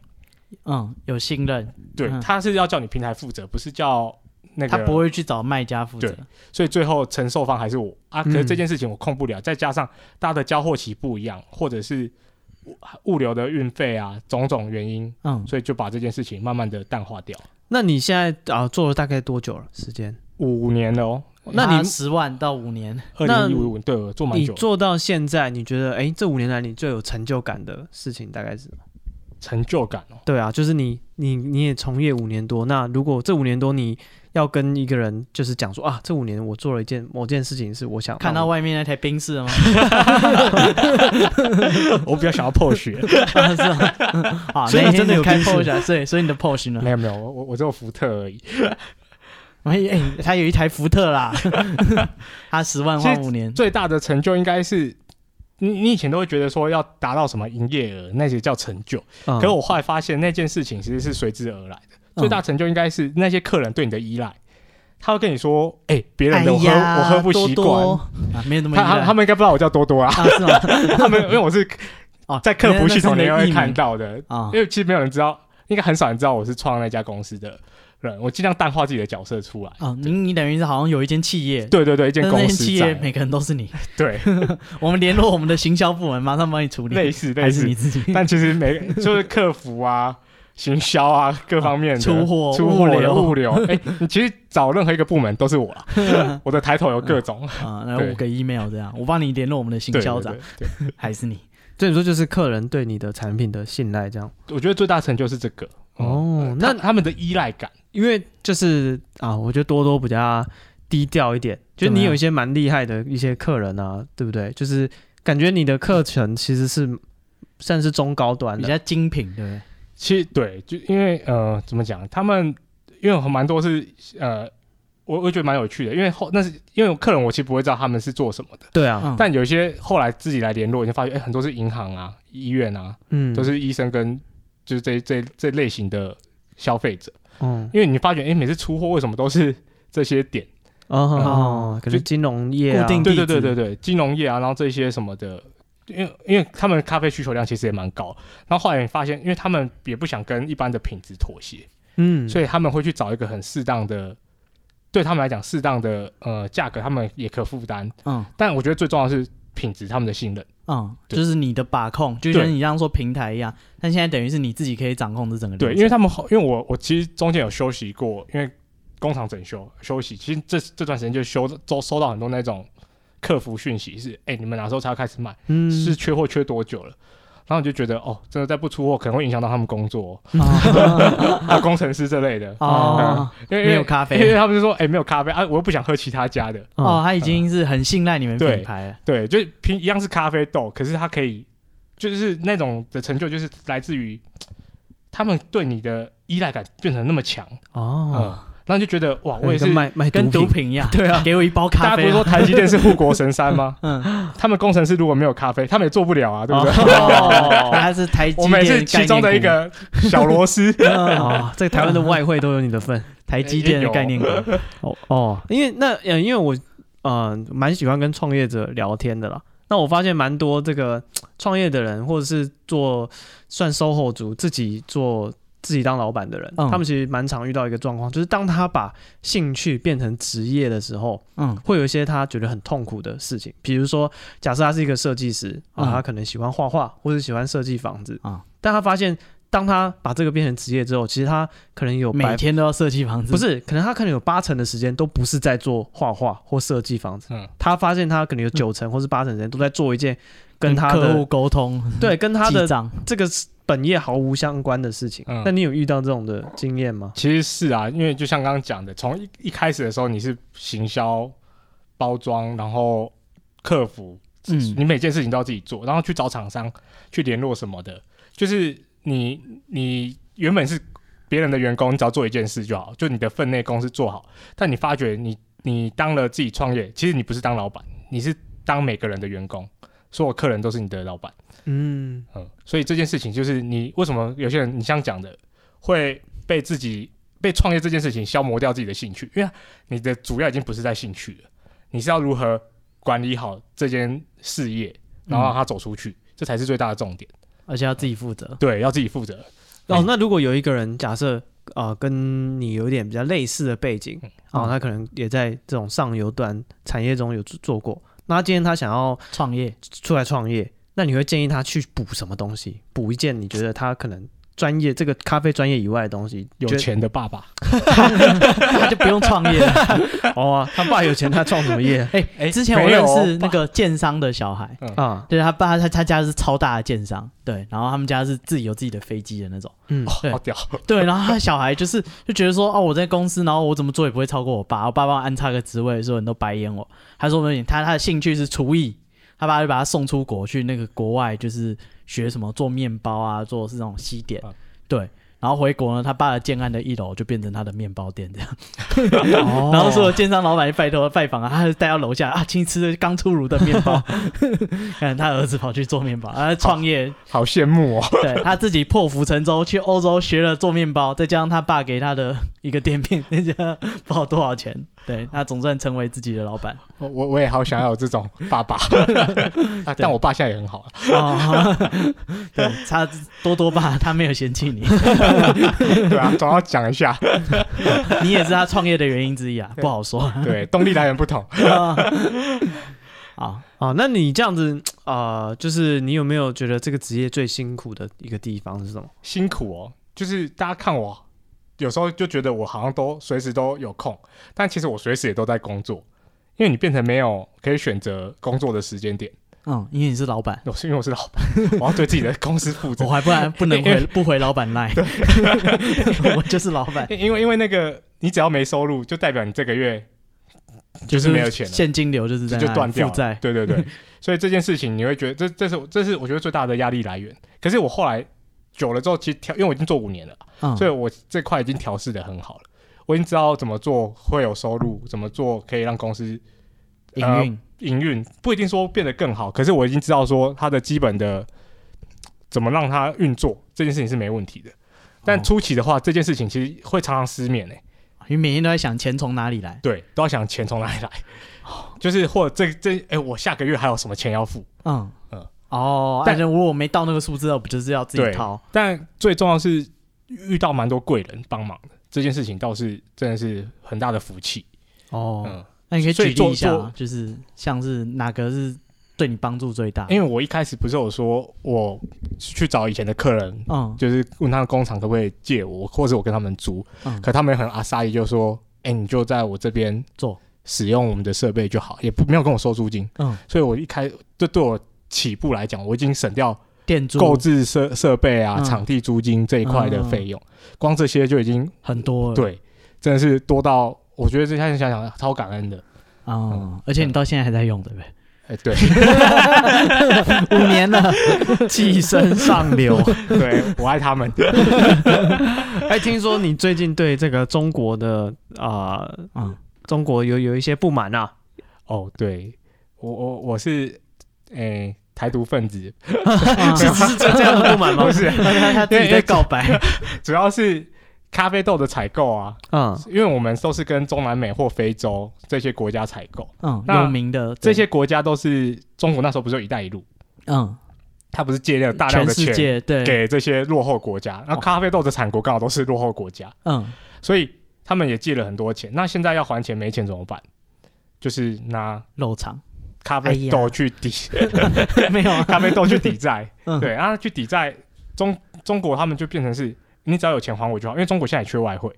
嗯，有信任，
对，
嗯
他是要叫你平台负责，不是叫那个。
他不，会去找卖家负责
对，所以最后承受方还是我啊。可是
嗯
这件事情我控不了，再加上大家的交货期不一样，或者是物物流的运费啊，种种原因，
嗯，
所以就把这件事情慢慢的淡化掉。
那你现在啊做了大概多久了时间？
五年了哦，
那你
十万到五年，
二
那
零一五对我做蛮
你
久了，
做到现在，你觉得哎、诶这五年来你最有成就感的事情大概是什么？
成就感哦。
对啊，就是你你你也从业五年多，那如果这五年多你要跟一个人就是讲说啊，这五年我做了一件某件事情，是我想
看到
我
外面那台冰室了 吗？
我比较想要 POS，
啊是啊，啊
所以你
那一天
真的有
你开
冰室
Porsche，啊所以所以你的 Porsche 呢
没？有没有，我我我只有福特而已。
哎、哎，他有一台福特啦， 他十万换五年，
最大的成就应该是，你你以前都会觉得说要达到什么营业额，那些叫成就。
嗯
可是我后来发现那件事情其实是随之而来的。
嗯
最大成就应该是那些客人对你的依赖，他会跟你说：“哎、别人的我喝、
哎呀
我喝不习
多
惯。
多啊，没有那么
他他他
们
们应该不知道我叫多 多啊，
啊是吗？
他们因为我是
哦，
在客服系统里面
那那是
会
你的艺
看
名
到的，
啊
因，为其实没有人知道，应该很少人知道我是创那家公司的人。我尽量淡化自己的角色出来。
哦，你你等于是好像有一间企业，
对对对，一
但
间
是那
公
间
司
企业
在
每个人都是你，
对
我们联络我们的行销部门，马上帮你处理，
类似类
还是
似
你自己？
但其实每就是客服啊、 行销啊各方面的
出货
出货
物流
物流，哎、你其实找任何一个部门都是我啦， 我的抬头有各种。
啊，然后
对
五个 email 这样，我帮你联络我们的行
对
销
对
长
对，对
还是你？
对你说就是客人对你的产品的信赖这样。
我觉得最大成就是这个。
哦，那
那他们的依赖感，
因为就是啊，我觉得多多比较低调一点，就
怎
是
么
你有
样
一些蛮厉害的一些客人啊，对不对？就是感觉你的课程其实是算是中高端
比
的，
较精品，对不对？
其实对，就因为呃，怎么讲，他们因为我蛮多是呃。我我觉得蛮有趣的，因为后那是因为客人我其实不会知道他们是做什么的，
对啊，
嗯
但有一些后来自己来联络，你就发现哎、很多是银行啊、医院啊，
嗯，
都是医生跟就是这这这类型的消费者。
嗯
因为你发觉，哎、每次出货为什么都是这些点？
哦哦，可能
就
金融业啊
固定
对
地
对对
址
对对，金融业啊，然后这些什么的，因为因为他们咖啡需求量其实也蛮高，然后后来你发现，因为他们也不想跟一般的品质妥协，
嗯，
所以他们会去找一个很适当的，对他们来讲适当的呃价格，他们也可负担。
嗯
但我觉得最重要的是品质，他们的信任。
嗯，
对
就是你的把控，就像
对
你刚刚说平台一样，但现在等于是你自己可以掌控这整个流
对，
程
因为他们后因为我我其实中间有休息过，因为工厂整修休息，其实这这段时间就收收收到很多那种客服讯息是，哎、你们哪时候才要开始卖？
嗯
是缺货缺多久了？然后我就觉得哦，真的再不出货可能会影响到他们工作、
啊
哦，还有工程师这类的，
哦
嗯因为
没有咖啡
因为他们就说哎、没有咖啡啊，我又不想喝其他家的，
哦，他已经是很信赖你们
对
品牌了，
对，就是平一样是咖啡豆，可是它可以就是那种的成就，就是来自于他们对你的依赖感变成那么强，
哦，
嗯，然后就觉得哇，我也
跟
是
卖卖
跟毒
品
品一样，
对啊
给我一包
大
咖
家不
啡
是说
啊，？
台积电是护国神山 吗
嗯，
他们工程师如果没有咖啡，他们也做不了啊，对不对？
哦，他是台积
我们也是
电
其中的一个嗯小螺丝。
哦，在台湾的外汇都有你的份。
嗯台积
哎
电的概念股，
哦哦，因为那呃，因为我呃蛮喜欢跟创业者聊天的啦。那我发现蛮多这个创业的人，或者是做算售后族，自己做自己当老板的人，
嗯
他们其实蛮常遇到一个状况，就是当他把兴趣变成职业的时候，
嗯
会有一些他觉得很痛苦的事情。比如说，假设他是一个设计师啊，
嗯
他可能喜欢画画，或者喜欢设计房子，
啊，
但他发现，当他把这个变成职业之后，其实他可能有百
每天都要设计房子，
不是，可能他可能有八成的时间都不是在做画画或设计房子，
嗯
他发现他可能有九成或是八成的人都在做一件跟他
客户
的
沟通，
对跟他
记
的
账，
这个本业毫无相关的事情。
嗯
那你有遇到这种的经验吗？
其实是啊，因为就像刚刚讲的，从一一开始的时候你是行销、包装，然后客服，
嗯
你每件事情都要自己做，然后去找厂商去联络什么的，就是你你原本是别人的员工，你只要做一件事就好，就你的分内公司做好。但你发觉你你当了自己创业，其实你不是当老板，你是当每个人的员工，所有客人都是你的老板。
嗯，
嗯，所以这件事情就是你为什么有些人你像讲的会被自己被创业这件事情消磨掉自己的兴趣，因为你的主要已经不是在兴趣了，你是要如何管理好这间事业，然后让它走出去，这才是最大的重点。
而且要自己负责。
对，要自己负责。
哦
嗯，
那如果有一个人假设啊、呃跟你有一点比较类似的背景啊、
嗯
他可能也在这种上游端产业中有做做过，那今天他想要
创 业
出来创业，那你会建议他去补什么东西？补一件你觉得他可能专业这个咖啡专业以外的东西，
有
觉得
钱的爸爸，
他就不用创业了。
哦啊、他爸有钱，他创什么业
哎、
哎
之前我
没有
认
哦
识那个建商的小孩，
啊？
对他爸他他家是超大的建商，对，然后他们家是自己有自己的飞机的那种，
嗯，
对
好屌，
对，然后他小孩就是就觉得说，哦，我在公司，然后我怎么做也不会超过我爸，我爸帮我安插个职位，所有人都白眼我。他说没有，他他的兴趣是厨艺，他爸就把他送出国去那个国外，就是学什么做面包啊，做是那种西点
嗯，
对。然后回国呢，他爸的建案的一楼就变成他的面包店这样，
哦
然后所有建商老板就拜托拜访啊，他就带到楼下啊，请你吃刚出炉的面包，看他儿子跑去做面包，啊，创业
好羡慕哦。
对他自己破釜沉舟去欧洲学了做面包，再加上他爸给他的一个店面，那家不知道多少钱，对他总算成为自己的老板。
我哦我我也好想要有这种爸爸， 啊但我爸现在也很 好啊。
哦， 对他多多爸他没有嫌弃你，
对啊，总要讲一下。
你也是他创业的原因之一啊，不好说。
对，动力来源不同。
啊，
啊，那你这样子啊、呃就是你有没有觉得这个职业最辛苦的一个地方是 什么？
辛苦哦，就是大家看我，有时候就觉得我好像都随时都有空，但其实我随时也都在工作，因为你变成没有可以选择工作的时间点。
嗯，因为你是老板，
我是因为我是老板，我要对自己的公司负 责
我。还不然不能回不回老板赖， 我就是老板，
因因为因为那个你只要没收入，就代表你这个月就是没有钱了
现金流就是在
就
那
断
里
掉
负
了
债。
对 对对，所以这件事情你会觉得这这是我这是我觉得最大的压力来源。可是我后来久了之后，其实调，因为我已经做五年了。
嗯，
所以我这块已经调试的很好了，我已经知道怎么做会有收入，怎么做可以让公司
营
呃
运
营运不一定说变得更好，可是我已经知道说它的基本的怎么让它运作这件事情是没问题的。但
哦
初期的话，这件事情其实会常常失眠诶、欸
你每天都在想钱从哪里来。
对，都要想钱从哪里来，就是或者这这哎、我下个月还有什么钱要付？
嗯
嗯
哦，
但
但是如果我没到那个数字，那我不就是要自己
对
掏？
但最重要是遇到蛮多贵人帮忙的，这件事情倒是真的是很大的福气。
哦，
嗯，
那你可以
所以
举
做
例一下
做
啊，就是像是哪个是对你帮助最大？
因为我一开始不是有说我去找以前的客人，
嗯
就是问他的工厂可不可以借我，或者我跟他们租，
嗯
可他们很阿萨伊就说，哎、你就在我这边
做
使用我们的设备就好，也不没有跟我收租金，
嗯，
所以我一开这对我起步来讲，我已经省掉
店租
购置设设备啊、
嗯
场地租金这一块的费用，光这些就已经
很多了，
对，真的是多到我觉得这现在想想超感恩的，
嗯，而且你到现在还在用，对不 对？
哎、对。
五年 了，
寄生上流。
对，我爱他们。
哎，听说你最近对这个中国的啊、呃
嗯，
中国有有一些不满 啊？
哦，对，我我我是诶、台独 分子，
是是这这样的不满吗
不？是，
嗯他他自己在告 白，
主要是咖啡豆的采购啊，
嗯，
因为我们都是跟中南美或非洲这些国家采购，
嗯，
那
有名的
这，些国家都是中国那时候不是有“一带一路
对”，嗯
它不是借了大量
全
的
世
钱
界对，
给这些落后国家，那
哦
咖啡豆的产国刚好都是落后国家，
嗯，
所以他们也借了很多钱。那现在要还钱没钱怎么办？就是拿
肉偿
咖
哎
啡
呀
豆去抵，
没有啊，
咖啡豆去抵债。
嗯
对，啊，去抵债中中国他们就变成是你只要有钱还我就好，因为中国现在也缺外汇，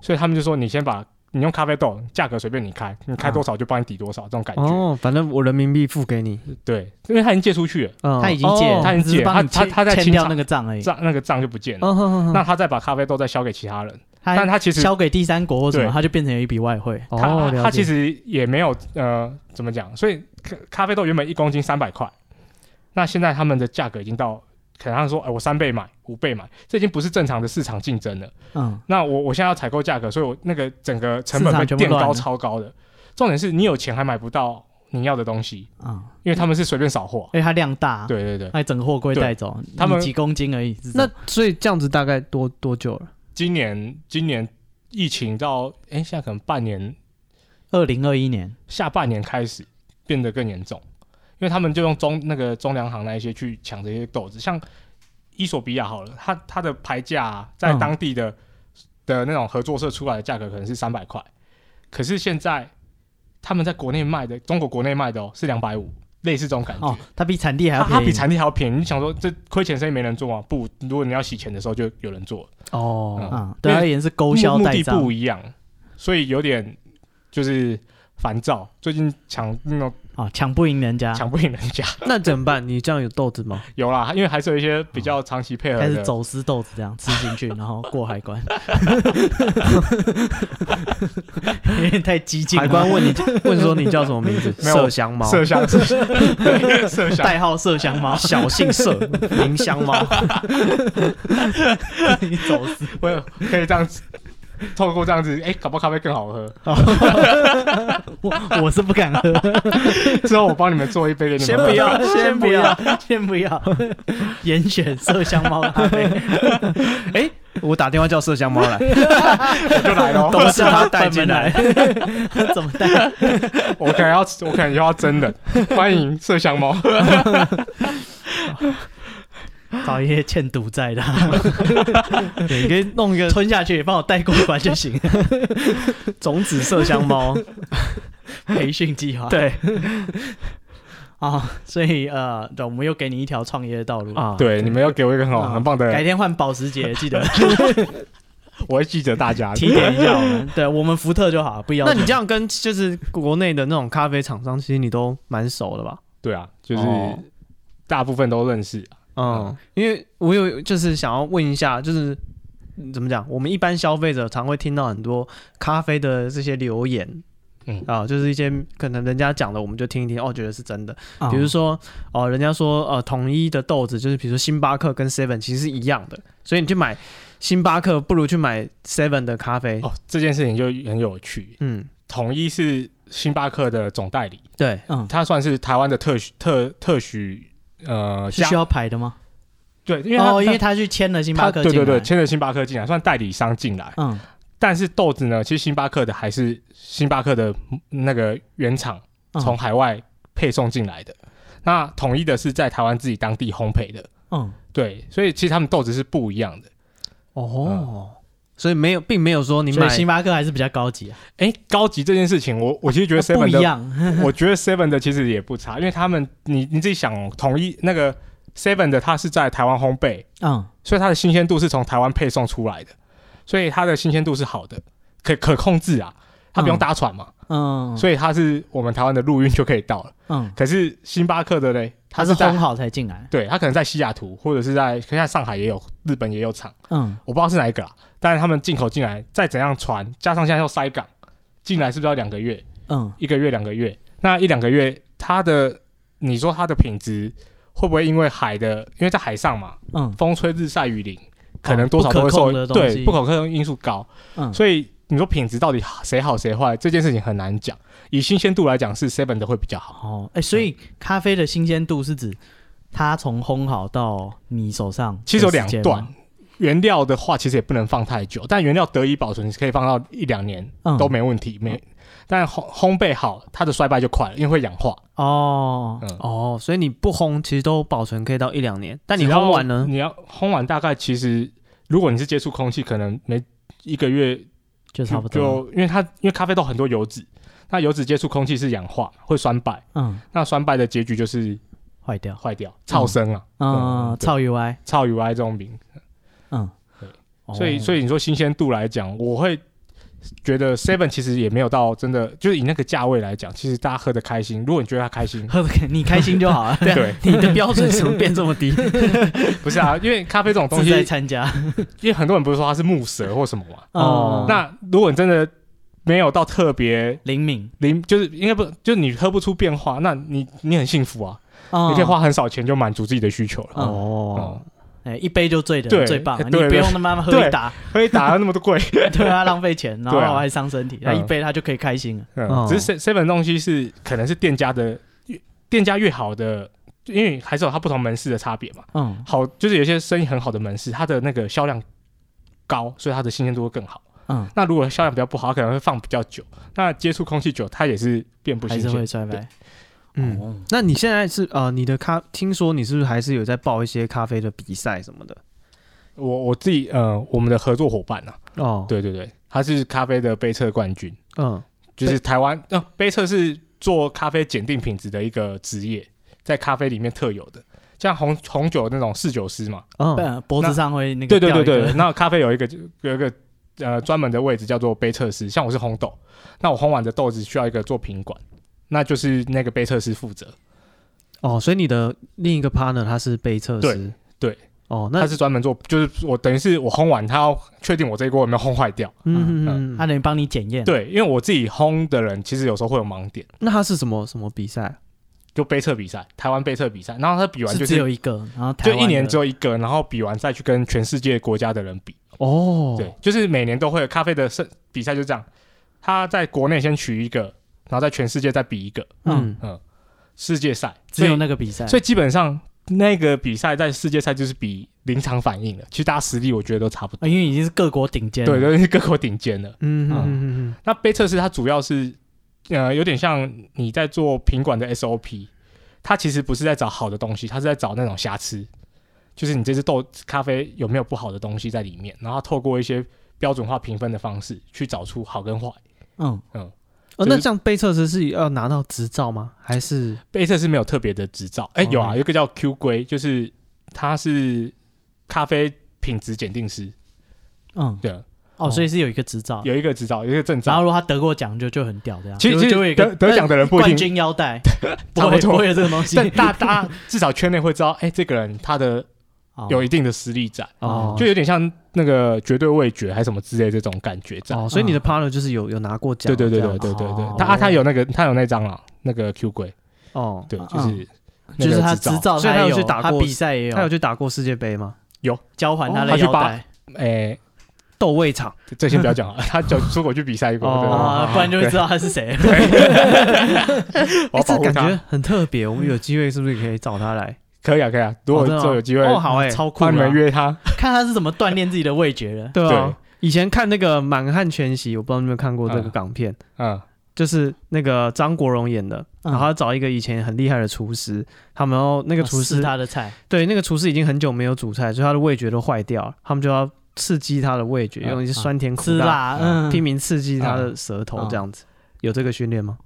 所以他们就说你先把你用咖啡豆价格随便你开，你开多少就帮你抵多少这种感觉。
哦，反正我人民币付给你，
对，因为他已经借出去了，
嗯
他已经借，
他
哦
已经
只是
借
帮你
他他
签
他在
签
清
掉
偿
那个账而已，
账那个账就不见
嗯
了。
哦好好好
那他再把咖啡豆再销给其他人，但
他
他其实
销给第三国或什么，
对
他就变成有一笔外汇，
哦
他
了
他
解
其实也没有呃怎么讲，所以咖咖啡豆原本一公斤三百块，那现在他们的价格已经到，可能他说哎、我三倍买五倍买，这已经不是正常的市场竞争了。
嗯，
那我我现在要采购价格，所以我那个整个成
市
本
场
被
全部
垫
乱
高
了
超高的。重点是你有钱还买不到你要的东西，
啊，
因为他们是随便扫货。
因为它量大，，
对对对，
它整个货柜
对
带走，
他们
你几公斤而已，是这
那
样
所以这样子大概多多久了？
今年今年疫情到哎、现在可能半年
二零二一年，
下半年开始变得更严重，因为他们就用中那个中粮行那一些去抢这些豆子，像伊索比亚好了，它它的牌价、啊、在
嗯
当地的、的那种合作社出来的价格可能是三百块，可是现在他们在国内卖的，中国国内卖的哦是两百五，类似这种感觉。
哦，它比产地还要便
它它
宜，
嗯比产地还要便宜，你想说这亏钱生意没人做吗？不，如果你要洗钱的时候就有人做，
哦
啊，对它而言是勾
目
销
目
带
的
账
不，一样，所以有点就是烦躁。最近抢那种
啊，抢不赢人家，
抢不赢人家，
那怎么办？你这样有豆子吗？
有啦，因为还是有一些比较长期配合
哦开始
的，
走私豆子这样吃进 去，然后过海关，有点太激进了，
海关问你问说你叫什么名 字？
没有
麝香猫，
麝香，对麝香，
代号麝香猫，
小姓麝，名香猫。
你走私，
我有可以这样子，透过这样子，哎、搞不好咖啡更好喝。
我我是不敢喝，
之后我帮你们做一杯给你们
先
喝，
不要 先不要，
先不要，严选麝香猫咖啡，
哎， 我打电话叫麝香猫来，
我就来
都
咯。
是他带进来。
他 怎么带？
我可能要，我可能以后要真的欢迎麝 香猫。
找一些欠赌 债的啊，
对，你可以弄一个
吞下去，帮我带过关就 行。
种子麝香 猫。
培训计划，
对
啊，所以呃，对我们又给你一条创业的道路。
啊，
对，你们要给我一个很好、
啊
很棒的
改，天换保时捷， 记得
我会记得大家。
提点一下我们。对我们福特就好，不要
啊那
求。
你这样跟就是国内的那种咖啡厂商，其实你都蛮熟的吧？
对啊，就是
哦
大部分都认识。
嗯，因为我有就是想要问一下，就是嗯怎么讲，我们一般消费者常会听到很多咖啡的这些留言。
嗯
啊，就是一些可能人家讲的，我们就听一听，哦，觉得是真的。
啊，
比如说，哦、人家说，呃，统一的豆子就是，比如说星巴克跟 Seven 其实是一样的，所以你去买星巴克，不如去买 Seven 的咖啡。
哦，这件事情就很有趣。
嗯，
统一是星巴克的总代理，
对，
嗯，
他算是台湾的特许特特许呃
是
加
需要排的吗？
对，因为他、
哦，因为他去签了星
他
巴克
对
进
对
来
对，签了星巴克进来，算代理商进来。
嗯，
但是豆子呢，其实星巴克的还是星巴克的那个原厂
嗯
从海外配送进来的。那统一的是在台湾自己当地烘焙的，
嗯，
对，所以其实他们豆子是不一样的。
哦，所以没有，并没有说你
所
买
以星巴克还是比较高级啊，呃
哎、高级这件事情，我我其实觉得
不
seven
一
的，
样。
我觉得 seven 的其实也不差，因为他们你你自己想哦，统一那个 seven 的，它是在台湾烘焙，
嗯，
所以它的新鲜度是从台湾配送出来的，所以它的新鲜度是好的，可可控制啊，它不用
嗯
搭船嘛，
嗯，以
所以它是我们台湾的陆运就可以到了。
嗯，
可是星巴克的嘞，
他
它
是
在
烘好才进来。
对，它可能在西雅图或者是在，现在上海也有，日本也有厂，
嗯，
我不知道是哪一个啦。啊但是他们进口进来，再怎样传，加上现在要塞港，进来是不是要两个月？
嗯，
一个月两个月？那一两个月，它的你说它的品质会不会因为海的，因为在海上嘛，
嗯，
风吹日晒雨淋，可能多少都会
不可
受、
控的东西
对不可控因素高，
嗯，
所以你说品质到底谁好谁坏这件事情很难讲。以新鲜度来讲，是 Seven 的会比较好。
哦，哎，所以
嗯
咖啡的新鲜度是指它从烘好到你手上的时间吗，
其实有两段，原料的话，其实也不能放太久，但原料得以保存，可以放到一两年
嗯
都没问题。没，但烘烘焙好，它的衰败就快了，因为会氧化。
哦，
嗯，
哦，所以你不烘其实都保存可以到一两年，但你
只要
烘完呢？
你要烘完大概其实，如果你是接触空气，可能没一个月
就
就
差不多了，
因为它因为咖啡豆很多油脂，那油脂接触空气是氧化，会酸败。
嗯，
那酸败的结局就是
坏掉，
坏掉、超生啊，
嗯，
对
超 UI，
超 UI 这种病。
嗯，哦
所以，所
以，
以你说新鲜度来讲，我会觉得 Seven 其实也没有到真的，就是以那个价位来讲，其实大家喝的开心。如果你觉得它开 心
喝得你开心就好了，
对啊
对，
你的标准怎么变这么 低？
不是啊，因为咖啡这种东
自
西，
在参加，
因为很多人不是说它是木蛇或什么嘛。
哦
嗯
那如果你真的没有到特别
灵敏，
零，就是应该不，就是你喝不出变化，那你你很幸福啊，
你
你可以花很少钱就满足自己的需求了。
嗯
哦，
哎，一杯就醉的人
对
最棒了，
哎
你
对
不用他妈喝一打，
可以打到那么多 贵，
对啊，浪费钱，然后
对啊
还伤身体，那
嗯
一杯他就可以开心了，
哦
嗯，只是 seven 东西是可能是店家的，越店家越好的，因为还是有它不同门市的差别嘛。
嗯
好，就是有些生意很好的门市，它的那个销量高，所以它的新鲜度会更好。
嗯，
那如果销量比较不好，它可能会放比较久，那接触空气久，它也是变不
还
新
是会
鲜。
衰败，
嗯，
哦
那你现在是呃，你的咖，听说你是不是还是有在报一些咖啡的比赛什么的？
我我自己呃，我们的合作伙伴啊，
哦，，
对对对，他是咖啡的杯测冠军，
嗯，
就是台湾呃杯测是做咖啡检定品质的一个职业，在咖啡里面特有的，像红红酒那种侍酒师嘛，
嗯，
呃脖子上会那个
对对
掉
对
一个
对，，那咖啡有一个有一个呃专门的位置叫做杯测师，像我是烘豆，那我烘完的豆子需要一个做品管，那就是那个杯测师负责，
哦，所以你的另一个 partner 他是杯测师，
对对，
哦，那
他是专门做，就是我等于是我烘完，他要确定我这一锅有没有烘坏掉。
嗯嗯嗯
他
嗯，
能帮你检验，
对，因为我自己烘的人其实有时候会有盲点，
那他是什么什么比赛？
就杯测比赛，台湾杯测比赛，然后他比完就是是
只有一个，然后台
就
湾
一年只
有
有一个，然后比完再去跟全世界国家的人比。
哦，
对，就是每年都会有咖啡的胜比赛，就这样。他在国内先取一个，然后在全世界再比一个
嗯，
世界赛，
只有
所以
那个比赛，
所以基本上那个比赛在世界赛就是比临场反应了。其实大家实力我觉得都差不多，
啊因为已经是各国顶尖，
对，，都是各国顶尖的。
嗯嗯嗯嗯
那杯测试它主要是呃有点像你在做品管的 SOP，它其实不是在找好的东西，它是在找那种瑕疵，就是你这支豆咖啡有没有不好的东西在里面，然后透过一些标准化评分的方式去找出好跟坏。
嗯，
哦，
就是
那这样杯测师是要拿到执照吗？还是
杯测是没有特别的执照，哎、有啊，
哦
有一个叫 Q 龟，就是它是咖啡品质鉴定师，
嗯，
对，
哦，所以是有一个执照，
有一个执照，有一个证
然后
照。
如果他得过奖就就很屌这样，
其实
就
其
就会有
实
一个
得得奖的人不一
冠
定，
军腰 带，不
差不
会
多
不会有这个东西，
但大大家至少圈内会知道，哎、这个人他的
哦
有一定的实力在，
哦，
就有点像那个绝对味觉还是什么之类这种感觉在。
哦，所以你的 partner 就是有有拿过奖
对
这
对
样，
对对对对对
哦，
他啊他有那个他有那张了，那个 Q 龟，
哦，
对，
嗯
就是那
就
个
是他
执
执照，
所以他
他
有
也
去打
他
过
比赛也
他有
有
去打过世界杯吗？
交还他
哦他
的
去
腰
巴
带，
嗯
哎，
斗味场
这先不要讲了， 他就出国去比赛过，对对对
哦
啊，不然就会知道他是 谁。
哎，
我要
这
保护
感觉
他，
很特别，我们有机会是不是可以找他来？
可以啊可以啊，如果
哦真的吗
之后有机会，
哦，好哎，
超酷
帮你
的
们
啊！
约他，
看他是怎么锻炼自己的味觉的。
对啊
对，
以前看那个《满汉全席》，我不知道你们有没有看过这个
嗯
港片，
嗯，
就是那个张国荣演的，
嗯
然后他找一个以前很厉害的厨师，他们要那
那
个厨师，
哦他的菜，
对那个厨师已经很久没有煮菜，所以他的味觉都坏掉了，他们就要刺激他的味觉，
嗯
用一些酸甜苦
吃
辣，
辣，嗯，
拼命刺激他的舌
嗯
头
嗯
这样子。有这个训练吗？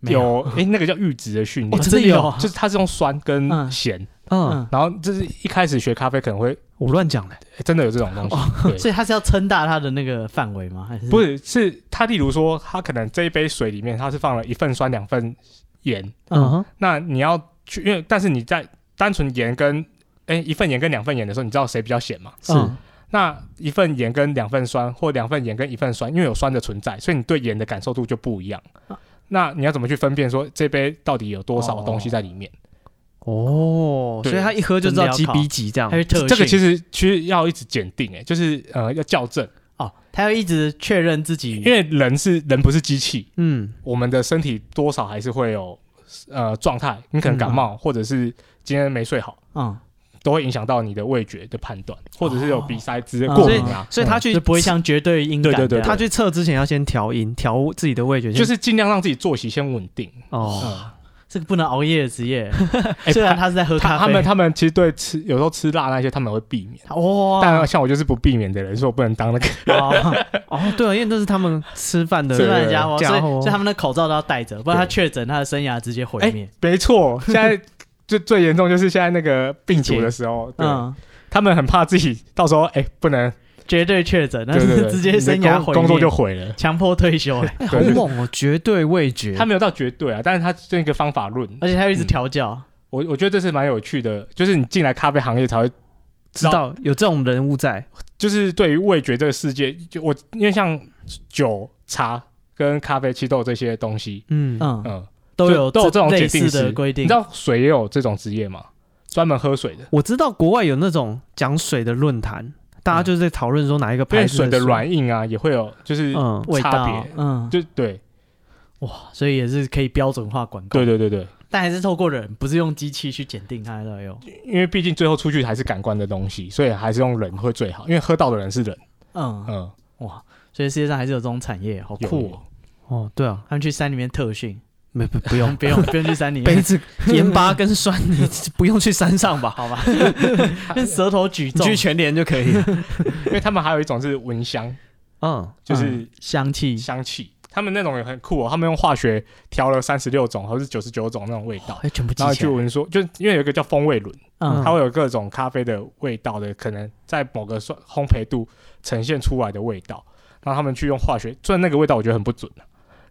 没有，
有哎那个叫阈值的训
哦
练，
真
真
的
的
有
有啊，
就是他是用酸
嗯
跟咸，
嗯，
嗯，
然后就是一开始学咖啡可能会
我乱讲的。
哎真的有这种东
哦
西， 对。
所以他是要撑大他的那个范围吗？还是
嗯不？是，是他例如说，他可能这一杯水里面，他是放了一份酸，两份盐。
嗯哼，
那你要去，因为但是你在单纯盐跟哎、一份盐跟两份盐的时候，你知道谁比较咸吗？
是
嗯
那一份盐跟两份酸，或两份盐跟一份酸，因为有酸的存在，所以你对盐的感受度就不一样
啊。
那你要怎么去分辨说这杯到底有多少东西在里面？
哦，
对
所以他一喝就知道几比几这样
还。是特
这个其
实
实其实要一直检定、哎，就是呃要校正，
哦，他要一直确认自己，
因为人是人不是机器，
嗯，
我们的身体多少还是会有呃状态，你可能感冒，或者是今天没睡好，
嗯
都会影响到你的味觉的判断，或者是有鼻塞之类
哦
过敏啊，
所以他去
就不会像绝对音感
对对
这
对
样，
他去测之前要先调音，调自己的味觉，
就
先
是尽量让自己作息先稳定。
哦，
嗯，
这个不能熬夜的职 业，
哎
虽然
他
他是在喝咖
他
啡，
他们他们其实对吃有时候吃辣那些他们会避免，
哇，
但像我就是不避免的人，所以我不能当那个。
哦
哦，对啊，因为这是他们吃饭的
吃饭的家伙，
家
所以
伙
所以他们的口罩都要戴着，不然他确诊，他的生涯直接毁灭。
没 错，现在最最严重就是现在那个病毒的时候，对，
嗯，
他们很怕自己到时候哎不能，
绝对确诊，那
对对
是
对，
直接生
你的
涯
工
毁灭，
工作就毁了。
强迫退 休欸，
哎好猛哦，绝对味觉，
他没有到绝对啊，但是他这个方法论，
而且他又一直调教，
我我觉得这是蛮有趣的，就是你进来咖啡行业才会
知道有这种人物在，
就是对于味觉这个世界，就我因为像酒、茶跟咖啡，其实都有这些东西，
嗯，
嗯，
嗯，
都
就
有
都有这种
类
鉴定
似
师
的规定
你知。道水也有这种职业吗？专门喝水的，
我知道国外有那种讲水的论坛，大家就是在讨论说哪一个
因为
牌子
水的
水
软硬啊也会有，就是、
嗯，
味
差
道
别，
嗯，
就对
哇，所以也是可以标准化广告，
对对对对，
但还是透过人，不是用机器去检定它的哟。
因为毕竟最后出去还是感官的东西，所以还是用人会最好，因为喝到的人是人，
嗯，
嗯，
哇，所以世界上还是有这种产业，好
有
酷哦！
哦，对啊，
他们去山里面特训，
没不不
不
用，
不用不用去山里
杯
面，
子、盐 巴跟酸泥不用去山上吧，
好吧？用舌头举
你
重
去，全联就可以了。
因为他们还有一种是蚊香，
嗯，
就是
香气，
香气，他们那种也很酷哦，他们用化学调了三十六种或是九十九种那种味道。
哎，全部记
然后
起
去
来。
闻说，就因为有一个叫风味轮，
嗯
它会有各种咖啡的味道的，可能在某个算烘焙度呈现出来的味道。然后他们去用化学，虽然那个味道我觉得很不准啊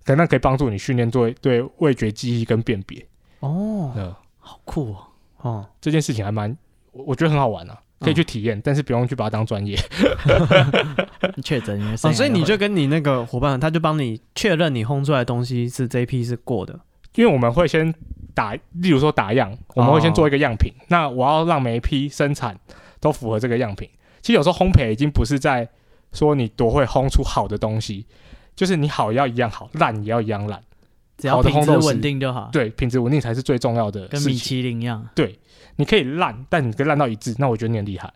可那可以帮助你训练对对味觉记忆跟辨别。
哦
嗯，
好酷哦！
哦，
这件事情还蛮，我我觉得很好玩啊，可以去体验，但是不用去把它当专业。
你确诊，你的生
哦，
涯
所以你
会
就跟你那个伙伴，他就帮你确认你烘出来的东西是这一批是过的。
因为我们会先打，例如说打样，我们会
哦
先做一个样品。那我要让每一批生产都符合这个样品。其实有时候烘焙已经不是在说你多会烘出好的东西，就是你好也要一样好，烂也要一样烂。
啊只要
好的
品质
烘豆师
稳定就好，
对，品质稳定才是最重要的
跟
事
米
情。
其林一样。
你可以烂，但你可以烂到一致，那我觉得你很厉害。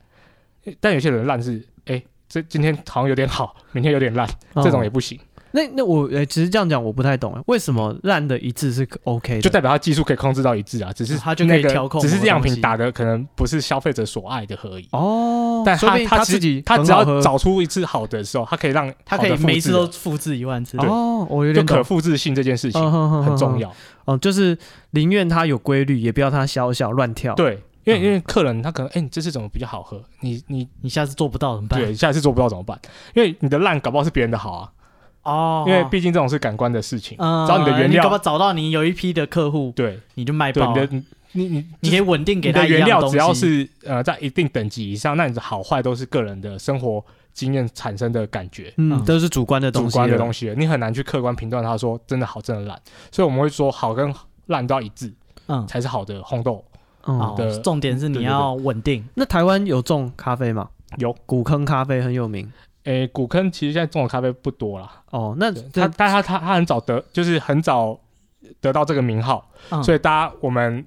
诶但有些人烂是，哎、这今天好像有 点好，明天有点烂，
哦
这种也不行，
那那我呃，其实这样讲我不太懂，为什么烂的一致是 OK 的？
就代表他技术可以控制到一致啊，只是
他就可以
那个
调控
只
某
是
个
样
东
品
西
打的可能不是消费者所爱的而已。
哦，
但
说不
他
定
他只
自己
他
很
只
好
要
喝
找出一次好的时候，他可以让
他可以
好的复制
每一次都复制一万次，
哦，我有
就
点
可
懂，
复制性这件事情
嗯
很重。
哼哼哼哼
要。
哦，就是宁愿它有规律，也不要它小小乱跳。，
对，因为
嗯
因为客人他可能哎，你这次怎么比较好喝？你你
你下次做不到怎么办？
对下一次做不到怎么办？因为你的烂搞不好是别人的好啊，
哦，
因为毕竟这种是感官的事情，
嗯，
只要你的原
你搞不
料
好找到你有一批的客户，
对
你就卖
对
爆
你
了，
的你你
你
你
可以稳定给
你
他
的
一样
原料
东西
只要是呃在一定等级以上，那你的好坏都是个人的生活经验产生的感觉。
嗯，
嗯
都是主观的东
主
西，
观的东
西。
西了，你很难去客观评断它说真的好，真的烂。所以我们会说好跟烂都要一致，
嗯，
才是好的烘豆。
好
哦，
的，
重点是你要稳定，
那台湾有种咖啡吗？
有，
古坑咖啡很有名。
诶、古坑其实现在种的咖啡不多啦，
哦，那
对它
它
但它它它很早得，就是很早得到这个名号，
嗯
所以大家我们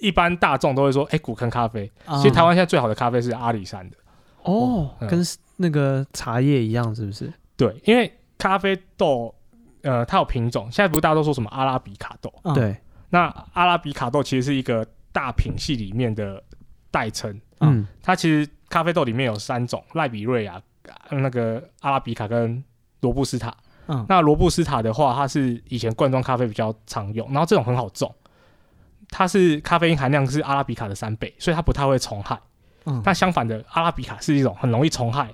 一般大众都会说，诶、古坑咖啡。
嗯
其实台湾现在最好的咖啡是阿里山的，
哦，
嗯
跟那个茶叶一样，是不是？
对，因为咖啡豆，呃，它有品种，现在不是大家都说什么阿拉比卡豆，
嗯，
对，
那阿拉比卡豆其实是一个大品系里面的代称，
嗯，
它其实咖啡豆里面有三种：赖比瑞亚、那个阿拉比卡跟罗布斯塔。
嗯
那罗布斯塔的话，它是以前罐装咖啡比较常用，然后这种很好种，它是咖啡因含量是阿拉比卡的三倍，所以它不太会虫害。
嗯
那相反的，阿拉比卡是一种很容易虫害，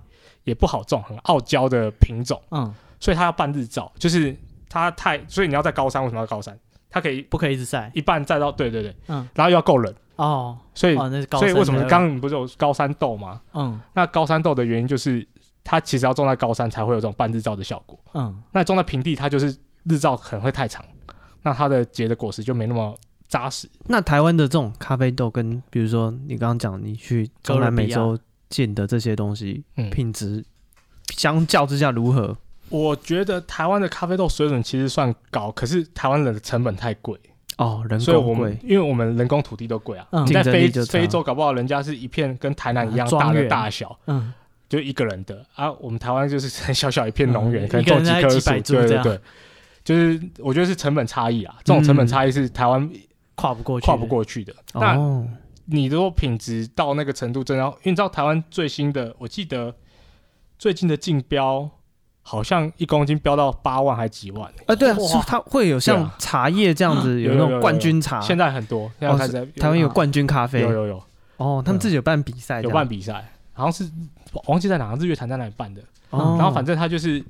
也不好种，很傲娇的品种，
嗯，
所以它要办日照，就是它太，所以你要在高山，为什么要高山？它可以
不可以一直晒
一半再到，对对对，
嗯
然后又要够冷，
哦，
所以、
哦，那是高
所以为什么
深的
刚刚你不是有高山豆吗？
嗯
那高山豆的原因就是它其实要种在高山才会有这种半日照的效果。
嗯
那种在平地，它就是日照可能会太长，那它的结的果实就没那么扎实。
那台湾的这种咖啡豆跟，比如说你刚刚讲你去中南美
哥
洲进的这些东西，
嗯
品质相较之下如何？
我觉得台湾的咖啡豆水准其实算高，可是台湾人的成本太贵，
哦，人
所以我
工
们
贵，
因为我们人工土地都贵啊，
嗯
你在
竞争力
非
就差
非洲搞不好人家是一片跟台南一样
庄
大
园
的大小，
嗯，
就一个人的啊，我们台湾就是很小小一片
嗯
农园，可
一
能
个人
种几
在
棵
几
树
百，株
对
这
对
样嗯
对，就是我觉得是成本差异啊，这种成本差异是台湾
跨不过去，
跨不，过去的。那
哦，
你如果品质到那个程度，真的要，因为你知道台湾最新的，我记得最近的竞标好像一公斤标到八万还几万、
啊，对啊，
哇
是它会有像
啊
茶叶这样子，
有
有那
有
种
有
冠
有
军茶。
现在很多，现在开始在
啊哦台湾有冠军咖啡
有有有
哦，他们自己有办比赛这
有
样，
办比赛，好像是我忘记在哪，日月潭在哪里办的，
哦，
然后反正它就是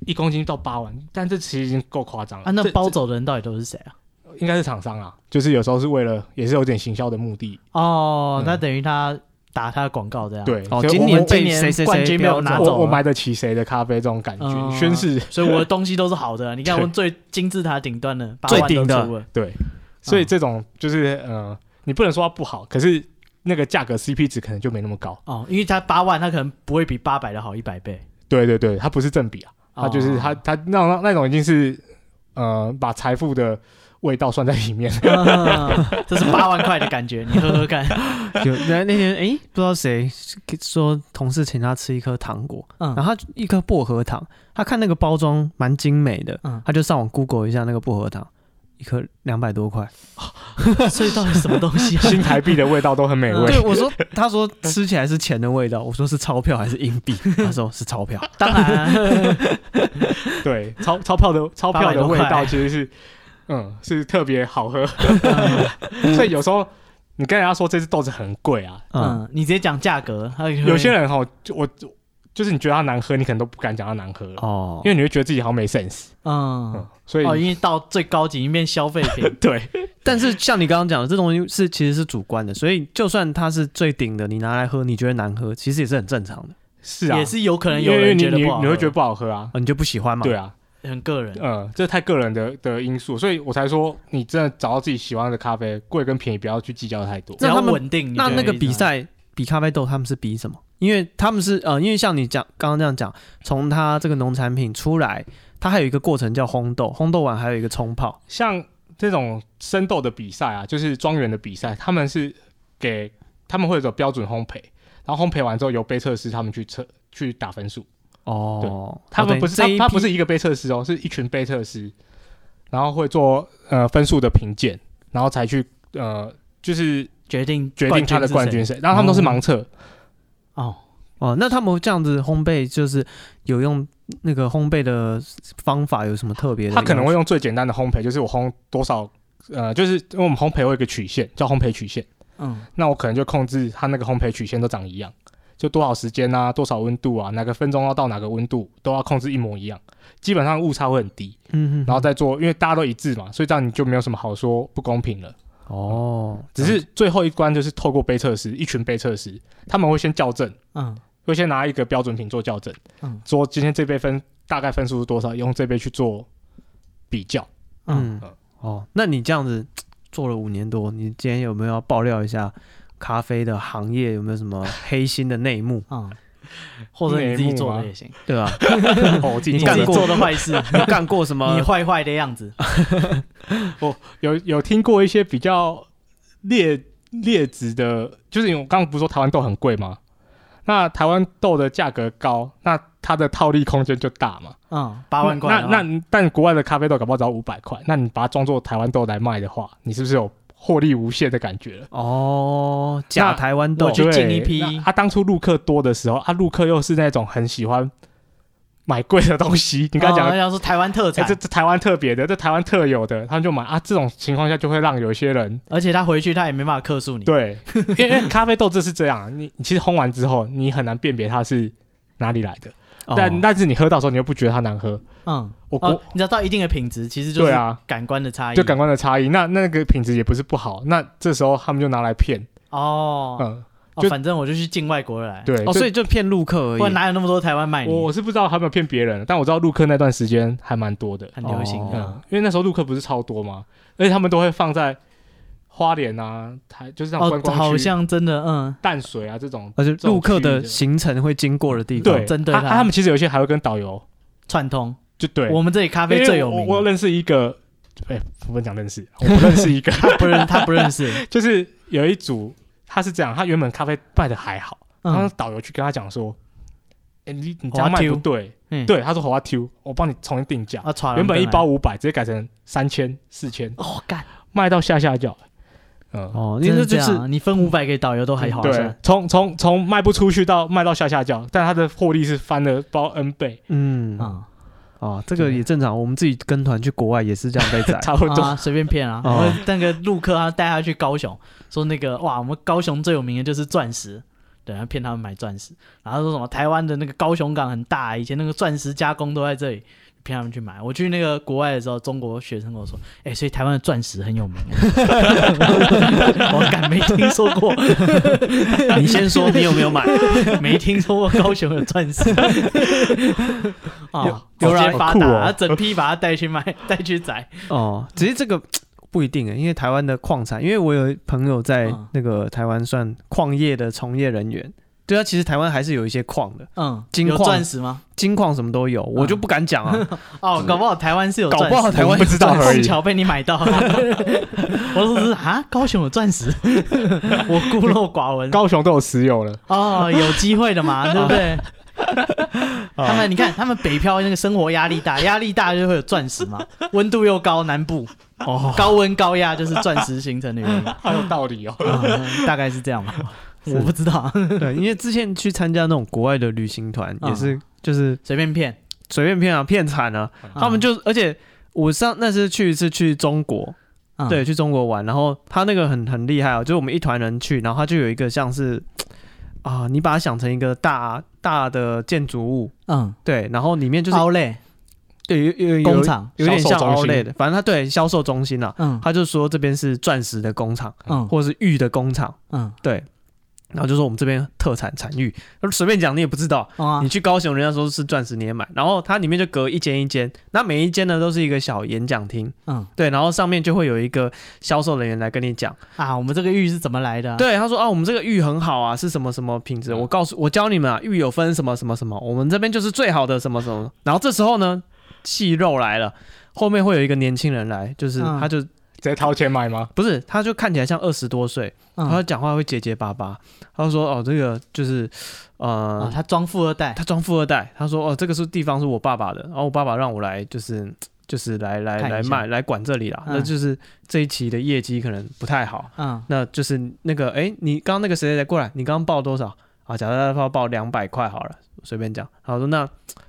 一公斤到八万，但这其实已经够夸张了。
啊，那
这
包走的人到底都是谁啊？
这应该是厂商啊，就是有时候是为了也是有点行销的目的，
哦，
嗯
那等于他打他的广告这样，，
对。
哦
所以
今
我
年
我
被
今年
谁谁
冠
谁
军没有
标走
拿
啊哦
走
我我
了
买得起谁的咖啡这种感觉，
嗯
宣誓
所以我的东西都是好的。你看我最金字塔顶端的，八万
最顶的
都出了
对，所
嗯
以这种就是呃，你不能说它不好，可是那个价格 CP 值可能就没那么高。
哦，因为他八万，他可能不会比八百的好一百倍，
对对对，它不是正比啊，它就是
哦
它它那那种已经是呃把财富的味道算在 里面。
嗯这是八万块的感觉，你喝喝看。
有那那天诶，不知道谁说同事请他吃一颗糖果，
嗯
然后他就一颗薄荷糖，他看那个包装蛮精美的，
嗯，
他就上网 Google 一下那个薄荷糖，一颗两百多块。
所以到底什么东西啊？
新台币的味道都很美味
嗯
对，，我说，他说吃起来是钱的味道，我说是钞票还是硬币？他说是钞 票。
当 然，啊
对，钞钞票的钞票的味
800多
道
块
其实是嗯是特别好喝，
嗯
所以有时候你跟人家说这只豆子很贵啊，
嗯，
嗯，你直接讲价格，他
有些人哈，就我就是你觉得它难喝，你可能都不敢讲它难喝了，
哦，
嗯因为你会觉得自己好像没 sense。
嗯
嗯，，所以，
哦，因为到最高级，已经变消费品
对，
但是像你刚刚讲的，这东西是其实是主观的，所以就算它是最顶的，你拿来喝，你觉得难喝，其实也是很正常的，
是啊，
也是有可能
因
有
为因为
人
你
觉得
你
不好喝，嗯
你会觉得不好喝啊，
哦、你就不喜欢嘛？
对，啊，
很个人。
嗯，这太个人的的因素，所以我才说你真的找到自己喜欢的咖啡，贵跟便宜不要去计较太多。
只要
那他们
稳定，
那
你
那
就
个
可以
啊
比
一直拿，
赛比咖啡豆，他们是比什么？因为他们是呃，因为像你讲刚刚这样讲，从它这个农产品出来，它还有一个过程叫烘豆，烘豆完还有一个冲泡。
像这种生豆的比赛啊，就是庄园的比赛，他们是给他们会有个标准烘焙，然后烘焙完之后由杯测师他们去测去打分数。
哦，
他们不是
哦等于这
他
一批
他不是一个杯测师哦，是一群杯测师，然后会做呃分数的评鉴，然后才去呃就是
决定
决定他的冠军
是谁
谁。然后他们都是盲测，
哦，
哦，那他们这样子烘焙就是有用那个烘焙的方法有什么特别的？
他可能会用最简单的烘焙，就是我烘多少，呃，就是因为我们烘焙会有一个曲线叫烘焙曲线，
嗯，
那我可能就控制它那个烘焙曲线都长一样，就多少时间啊，多少温度啊，哪个分钟要到哪个温度都要控制一模一样，基本上误差会很低，
嗯，嗯嗯，
然后再做，因为大家都一致嘛，所以这样你就没有什么好说不公平了。
哦，
只是最后一关就是透过杯测师，一群杯测师，他们会先校正，
嗯
会先拿一个标准品做校正，
嗯
说今天这杯分大概分数是多少，用这杯去做比 较。
嗯，？
嗯
嗯，
哦，那你这样子做了五年多，你今天有没有要爆料一下咖啡的行业有没有什么黑心的内幕
嗯，或者你自己做的也行，
对吧、
哦，我自己
你
做
干
自己
的
过
做的坏 事，
你干过什
你
么？
坏坏的样子，
有有听过一些比较劣劣质的，就是因为我刚刚不是说台湾豆很贵吗？那台湾豆的价格高，那它的套利空间就大嘛。
嗯，八万块的话，
那那但国外的咖啡豆搞不好只要五百块，那你把它装作台湾豆来卖的话，你是不是有获利无限的感觉了？
哦，假
那
台湾豆
我去进一
对
批
那他、当初陆客多的时候，他、啊、陆客又是那种很喜欢买贵的东西。你刚才讲
哦
的，
要说台湾特
哎、
产
这，这台湾特别的，这台湾特有的，他们就买啊。这种情况下就会让有些人
而且他回去他也没办法克诉你，
对， 因为因为咖啡豆这是这样，啊你你其实烘完之后，你很难辨别它是哪里来的，
哦
但但是你喝到的时候，你又不觉得它难喝。
嗯，
我国、
哦，你知道到一定的品质，其实就
对
是
啊，
感官的差异，
就感官的差异，那那个品质也不是不好。那这时候他们就拿来骗，
哦，
嗯，
哦
就
反正我就去进外国来，，
对，
哦，
就
所以就骗陆客而
不然
已。
哪有那么多台湾卖
我
你？
我是不知道他有没有骗别人，但我知道陆客那段时间还蛮多的，
很流行
哦
嗯
的，，
因为那时候陆客不是超多嘛，而且他们都会放在花莲啊、台就是像观
哦，
光区、
好像真的，嗯，
淡水啊这种。
而且
种
陆客
区域
的
的
行程会经过的地方，
对，
针对
他
他
他们其实有一些还会跟导游，
串通，
就对，
我们这里咖
因
啡
为
最有
我
名
我
的，
认识一个哎、不能讲认识，我不认识 一个，
他不认他不认识，
就是有一组他是这样，他原本咖啡卖的还好，然后
嗯，
导游去 跟他讲说，哎、你你这样卖不对，
嗯，
对，他说好啊 Q，我帮你重新定价，
啊，传
原本一包，五百，直接改成三千、四千，
哦，干，
卖到下下脚，嗯。
哦，因
真
为
的
就
这样
是
啊，你分五百给导游都还好，啊
对，从从从卖不出去到卖到下下脚，但他的获利是翻了包 N 倍，。
嗯
嗯，
哦，这个也正常，我们自己跟团去国外也是这样被宰
差不多。
啊，随便骗啊。
哦
我们那个陆客他带他去高雄，说那个哇，我们高雄最有名的就是钻石，对，他骗他们买钻石，然后说什么台湾的那个高雄港很大，以前那个钻石加工都在这里，骗他们去买。我去那个国外的时候，中国学生跟我说，哎、所以台湾的钻石很有 名，我敢没听说过，
你先说你有没有买？
没听说过高雄有钻 石啊，
有
直接
有
发
酷
达，
哦
他整批把他带去卖，带去宰，
哦，只是这个不一定欸诶，因为台湾的矿产，因为我有朋友在
嗯
那个台湾算矿业的从业人员，对啊，其实台湾还是有一些矿的，
嗯，
金
有
矿
钻石吗？
金矿什么都
嗯
有，我就不敢讲 啊。
哦，搞不好台湾是有
搞
钻石，
不好台湾
不知道
钻石
而已
碰巧被你 买到。我说是啊，高雄有钻石，我孤陋寡闻。
高雄都有石油了，
哦，有机会的 嘛，对不对？
哦
他们你看，他们北漂那个生活压力大，压力大就会有钻石嘛，温度又高，南部
哦，
高温高压就是钻石形成的原因，
好有道理哦。
啊大概是这样吧。我不知道，
对，因为之前去参加那种国外的旅行团，
嗯
也是就是
随便骗。
随便骗啊，骗惨了。
嗯
他们就而且我上那次去是去中国，
嗯
对，去中国玩，然后他那个很很厉害哦，就是我们一团人去，然后他就有一个像是啊、你把它想成一个大大的建筑物，
嗯，
对，然后里面就是
超累
对有有有
工厂，
有点像
销售中心
outlet 的，反正他对销售中心啊，
嗯
他就说这边是钻石的工厂，
嗯
或者是玉的工厂，
嗯，
对，然后就说我们这边特产产玉，他说随便讲你也不知道。
哦啊
你去高雄，人家说是钻石，你也买。然后它里面就隔一间一间，那每一间呢都是一个小演讲厅，
嗯
对，然后上面就会有一个销售人员来跟你讲，
啊，我们这个玉是怎么来的啊？
对，他说啊，我们这个玉很好啊，是什么什么品质？
嗯
我告诉我教你们啊，玉有分什么什么什么，我们这边就是最好的什么什 么。然后这时候呢，戏肉来了，后面会有一个年轻人来，就是
嗯
他就、
直接掏钱买吗？
不是，他就看起来像二十多岁，
嗯，
他讲话会结结巴巴，他就说哦，这个就是呃
啊，，他装富二代，
他装富二代，他说哦，这个是地方是我爸爸的，然哦后我爸爸让我来就是。就是来来
看一
来
下
卖来管这里啦，
嗯
那就是这一期的业绩可能不太好，
嗯
那就是那个，哎、你刚刚那个谁谁谁过来，你刚刚报多少啊？假设他报报两百块好了，随便讲。好说那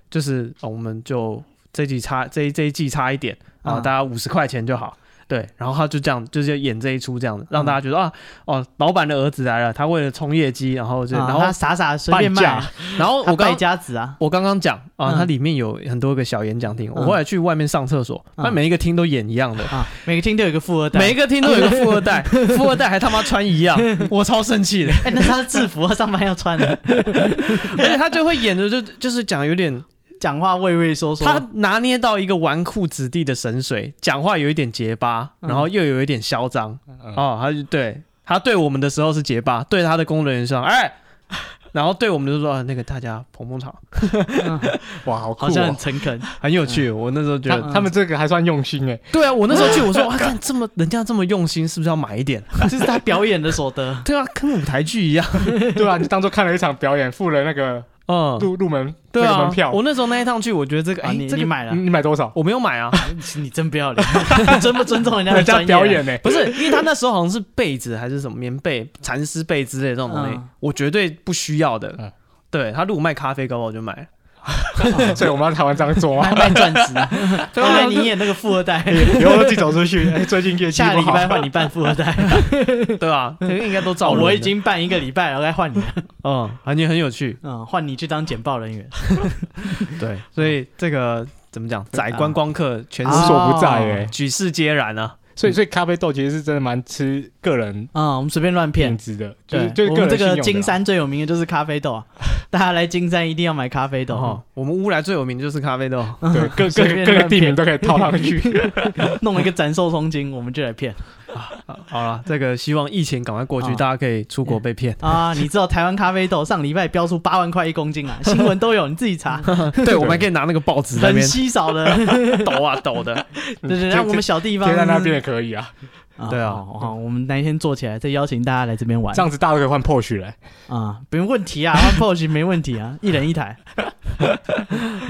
就是、哦、我们就这季差这一这一季差一点啊，
嗯
大家五十块钱就好。对，然后他就这样，就是演这一出这样
嗯
子，让大家觉得、啊，哦，老板的儿子来了，他为了冲业绩，然后就、
啊
然后
他傻傻随便 卖
半
啊，
然后
我
我
败
刚
家子啊，
我刚刚讲啊，
嗯
它里面有很多个小演讲厅，我
嗯
后来去外面上厕所，
嗯
那每一个厅都演一样的，
啊，每个厅都有一个 富二代，
每一个厅都有一个富二代，富二代还他妈穿一 样，我超生气的。
哎，那是他的制服，他上班要穿的，
而且他就会演的就就是讲有点，
讲话畏畏缩缩，
他拿捏到一个纨绔子弟的神髓，讲话有一点结巴，
嗯
然后又有一点嚣张、
嗯
哦，他就对他对我们的时候是结巴，对他的工作人员说哎、然后对我们就说啊那个大家捧捧场，
嗯
哇，好酷、
好像很嗯
哦！
诚恳，
很有趣。我那时候觉
他
得，
他们这个还算用心哎、
对啊，我那时候去我说哇，看这么人家这么用心，是不是要买一点？。
这是他表演的所得
对啊，跟舞台剧一样。
对啊，你当做看了一场表演，付了那个
嗯，
入入门
对
那个
啊
门，票，
我那时候那一趟去，我觉得这个
啊，
哎
你，
这
你
个
买了
你，你买多少？
我没有买啊，
你真不要脸，尊不尊重人家的
人家
专业啊
表？演呢、
不是，因为他那时候好像是被子还是什么棉被、蚕丝被之类的这种东西，
嗯
我绝对不需要的。
嗯
对他如果卖咖啡，搞不好我就买了。
啊
所以我们要台湾这样做
卖
啊。
卖钻石啊，
对
后
啊
来你演那个富二代，
以后自己走出去，哎最近业绩
下
不
礼
好
拜， 换你扮富二代，
对啊，这个应该都 照
哦
轮的
我已经扮一个礼拜了，该换你了，
嗯，而且很有趣。
嗯，换你去当简报人员，
对，所以这个怎么讲，宰观光客全
无
是
所不在哎、
哦
举世皆然啊。
所以，所以咖啡豆其实是真的蛮吃个人
嗯，我们随便乱骗
品，质的，就
对，
是就是
我
个
们
人
这
信用
个
的啊
金山最有名的就是咖啡豆啊， 大家来金山一定要买咖啡豆哦
哦，我们乌来最有名的就是咖啡豆。
对 各
随便
各各
乱
个地
骗
名都可以套上去。
弄一个展售中金，我们就来骗。
好了，这个希望疫情赶快过去，
啊
大家可以出国被骗。
啊！你知道台湾咖啡豆上礼拜飙出八万块一公斤啊，新闻都有，你自己查，
对，我们还可以拿那个报纸在那
很
边
稀少 的，
抖啊抖的。
对对，让我们小地方
贴在那边也可以啊，
对啊
好，好好哦我们哪一天做起来，再邀请大家来这边玩
这样子大家都可以换 POSH 嘞、
啊，没问题啊，换 POS 没问题 啊，一人一台，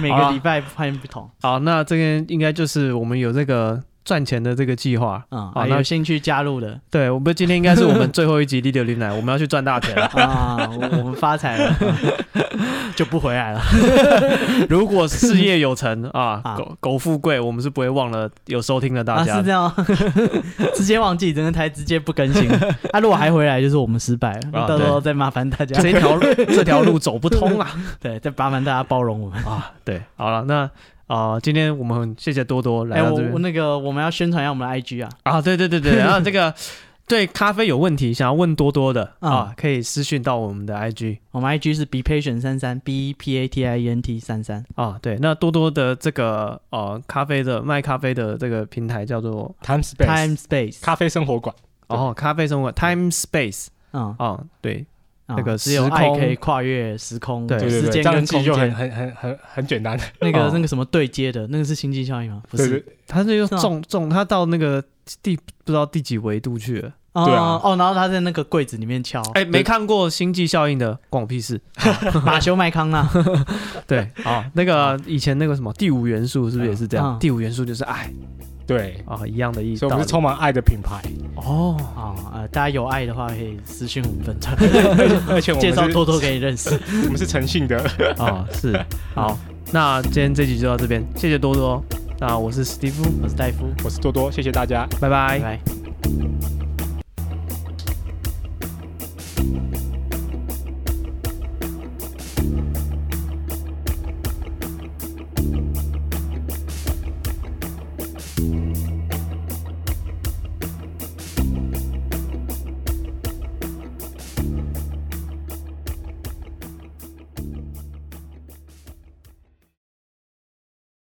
每
好
个
啊
礼拜换不同
好，那这边应该就是我们有这个赚钱的这个计划。
啊，
好
啊
那
有兴趣加入的
对，我们今天应该是 我们最后一集《第六零奶》，我们要去赚大钱了。
啊，我我们发财了 啊就不回来了
如果事业有 成啊，
啊
狗狗富贵，我们是不会忘了有收听的大
啊，
家
是这
的。
样 哦，直接忘记整个台直接不 更新，啊，如果还回来就是我们失败了，
啊
到时候再麻 烦大家，
这条路这条路走不通啦
对，再麻烦大家包容我们。
啊！对，好了，那啊、呃今天我们很谢谢多多来
哎，
到
我
这
我
边、
那个我们要宣传一下我们的 IG 啊，
啊，对对对 对，然后这个对咖啡有问题想要问多多的
啊
啊，可以私讯到我们的 IG
我们 IG 是 be patient 三三 b e p a t i e n t 三三。
啊，对，那多多的这个呃咖啡的卖咖啡的这个平台叫做
t i m e Space
Time Space，
咖啡生活馆，
哦咖啡生活 Time Space
嗯，
啊，对，
啊
那个
只有
时
爱
空
可以跨越时空、
对
对
时
对对，这
间
样
跟
其
空
实就很
间。
很很很很简单，
那
哦
个那个什么对接的，那个是星际效应吗？不
对
是
对，
他那就是
吗
重重，他到那个第不知道第几维度去了。
哦
对啊
哦，然后他在那个柜子里面敲，
哎、没看过《星际效应》的，关我屁事。
马修麦康纳，
对，啊，那个以前那个什么第五元素是不是也是这样？
嗯
第五元素就是爱
对，
啊，一样的意思
所以我。们是充满爱的品牌，
哦，
哦，呃，大家有爱的话可以私信我们粉 团，
而且我
介绍
们
多多给你认识。
是我们是诚信的，
啊， 是好。那今天这集就到这边，谢谢哦多多。那我是史蒂夫，
我是戴夫，
我是多多，谢谢大家。
拜拜
拜。拜。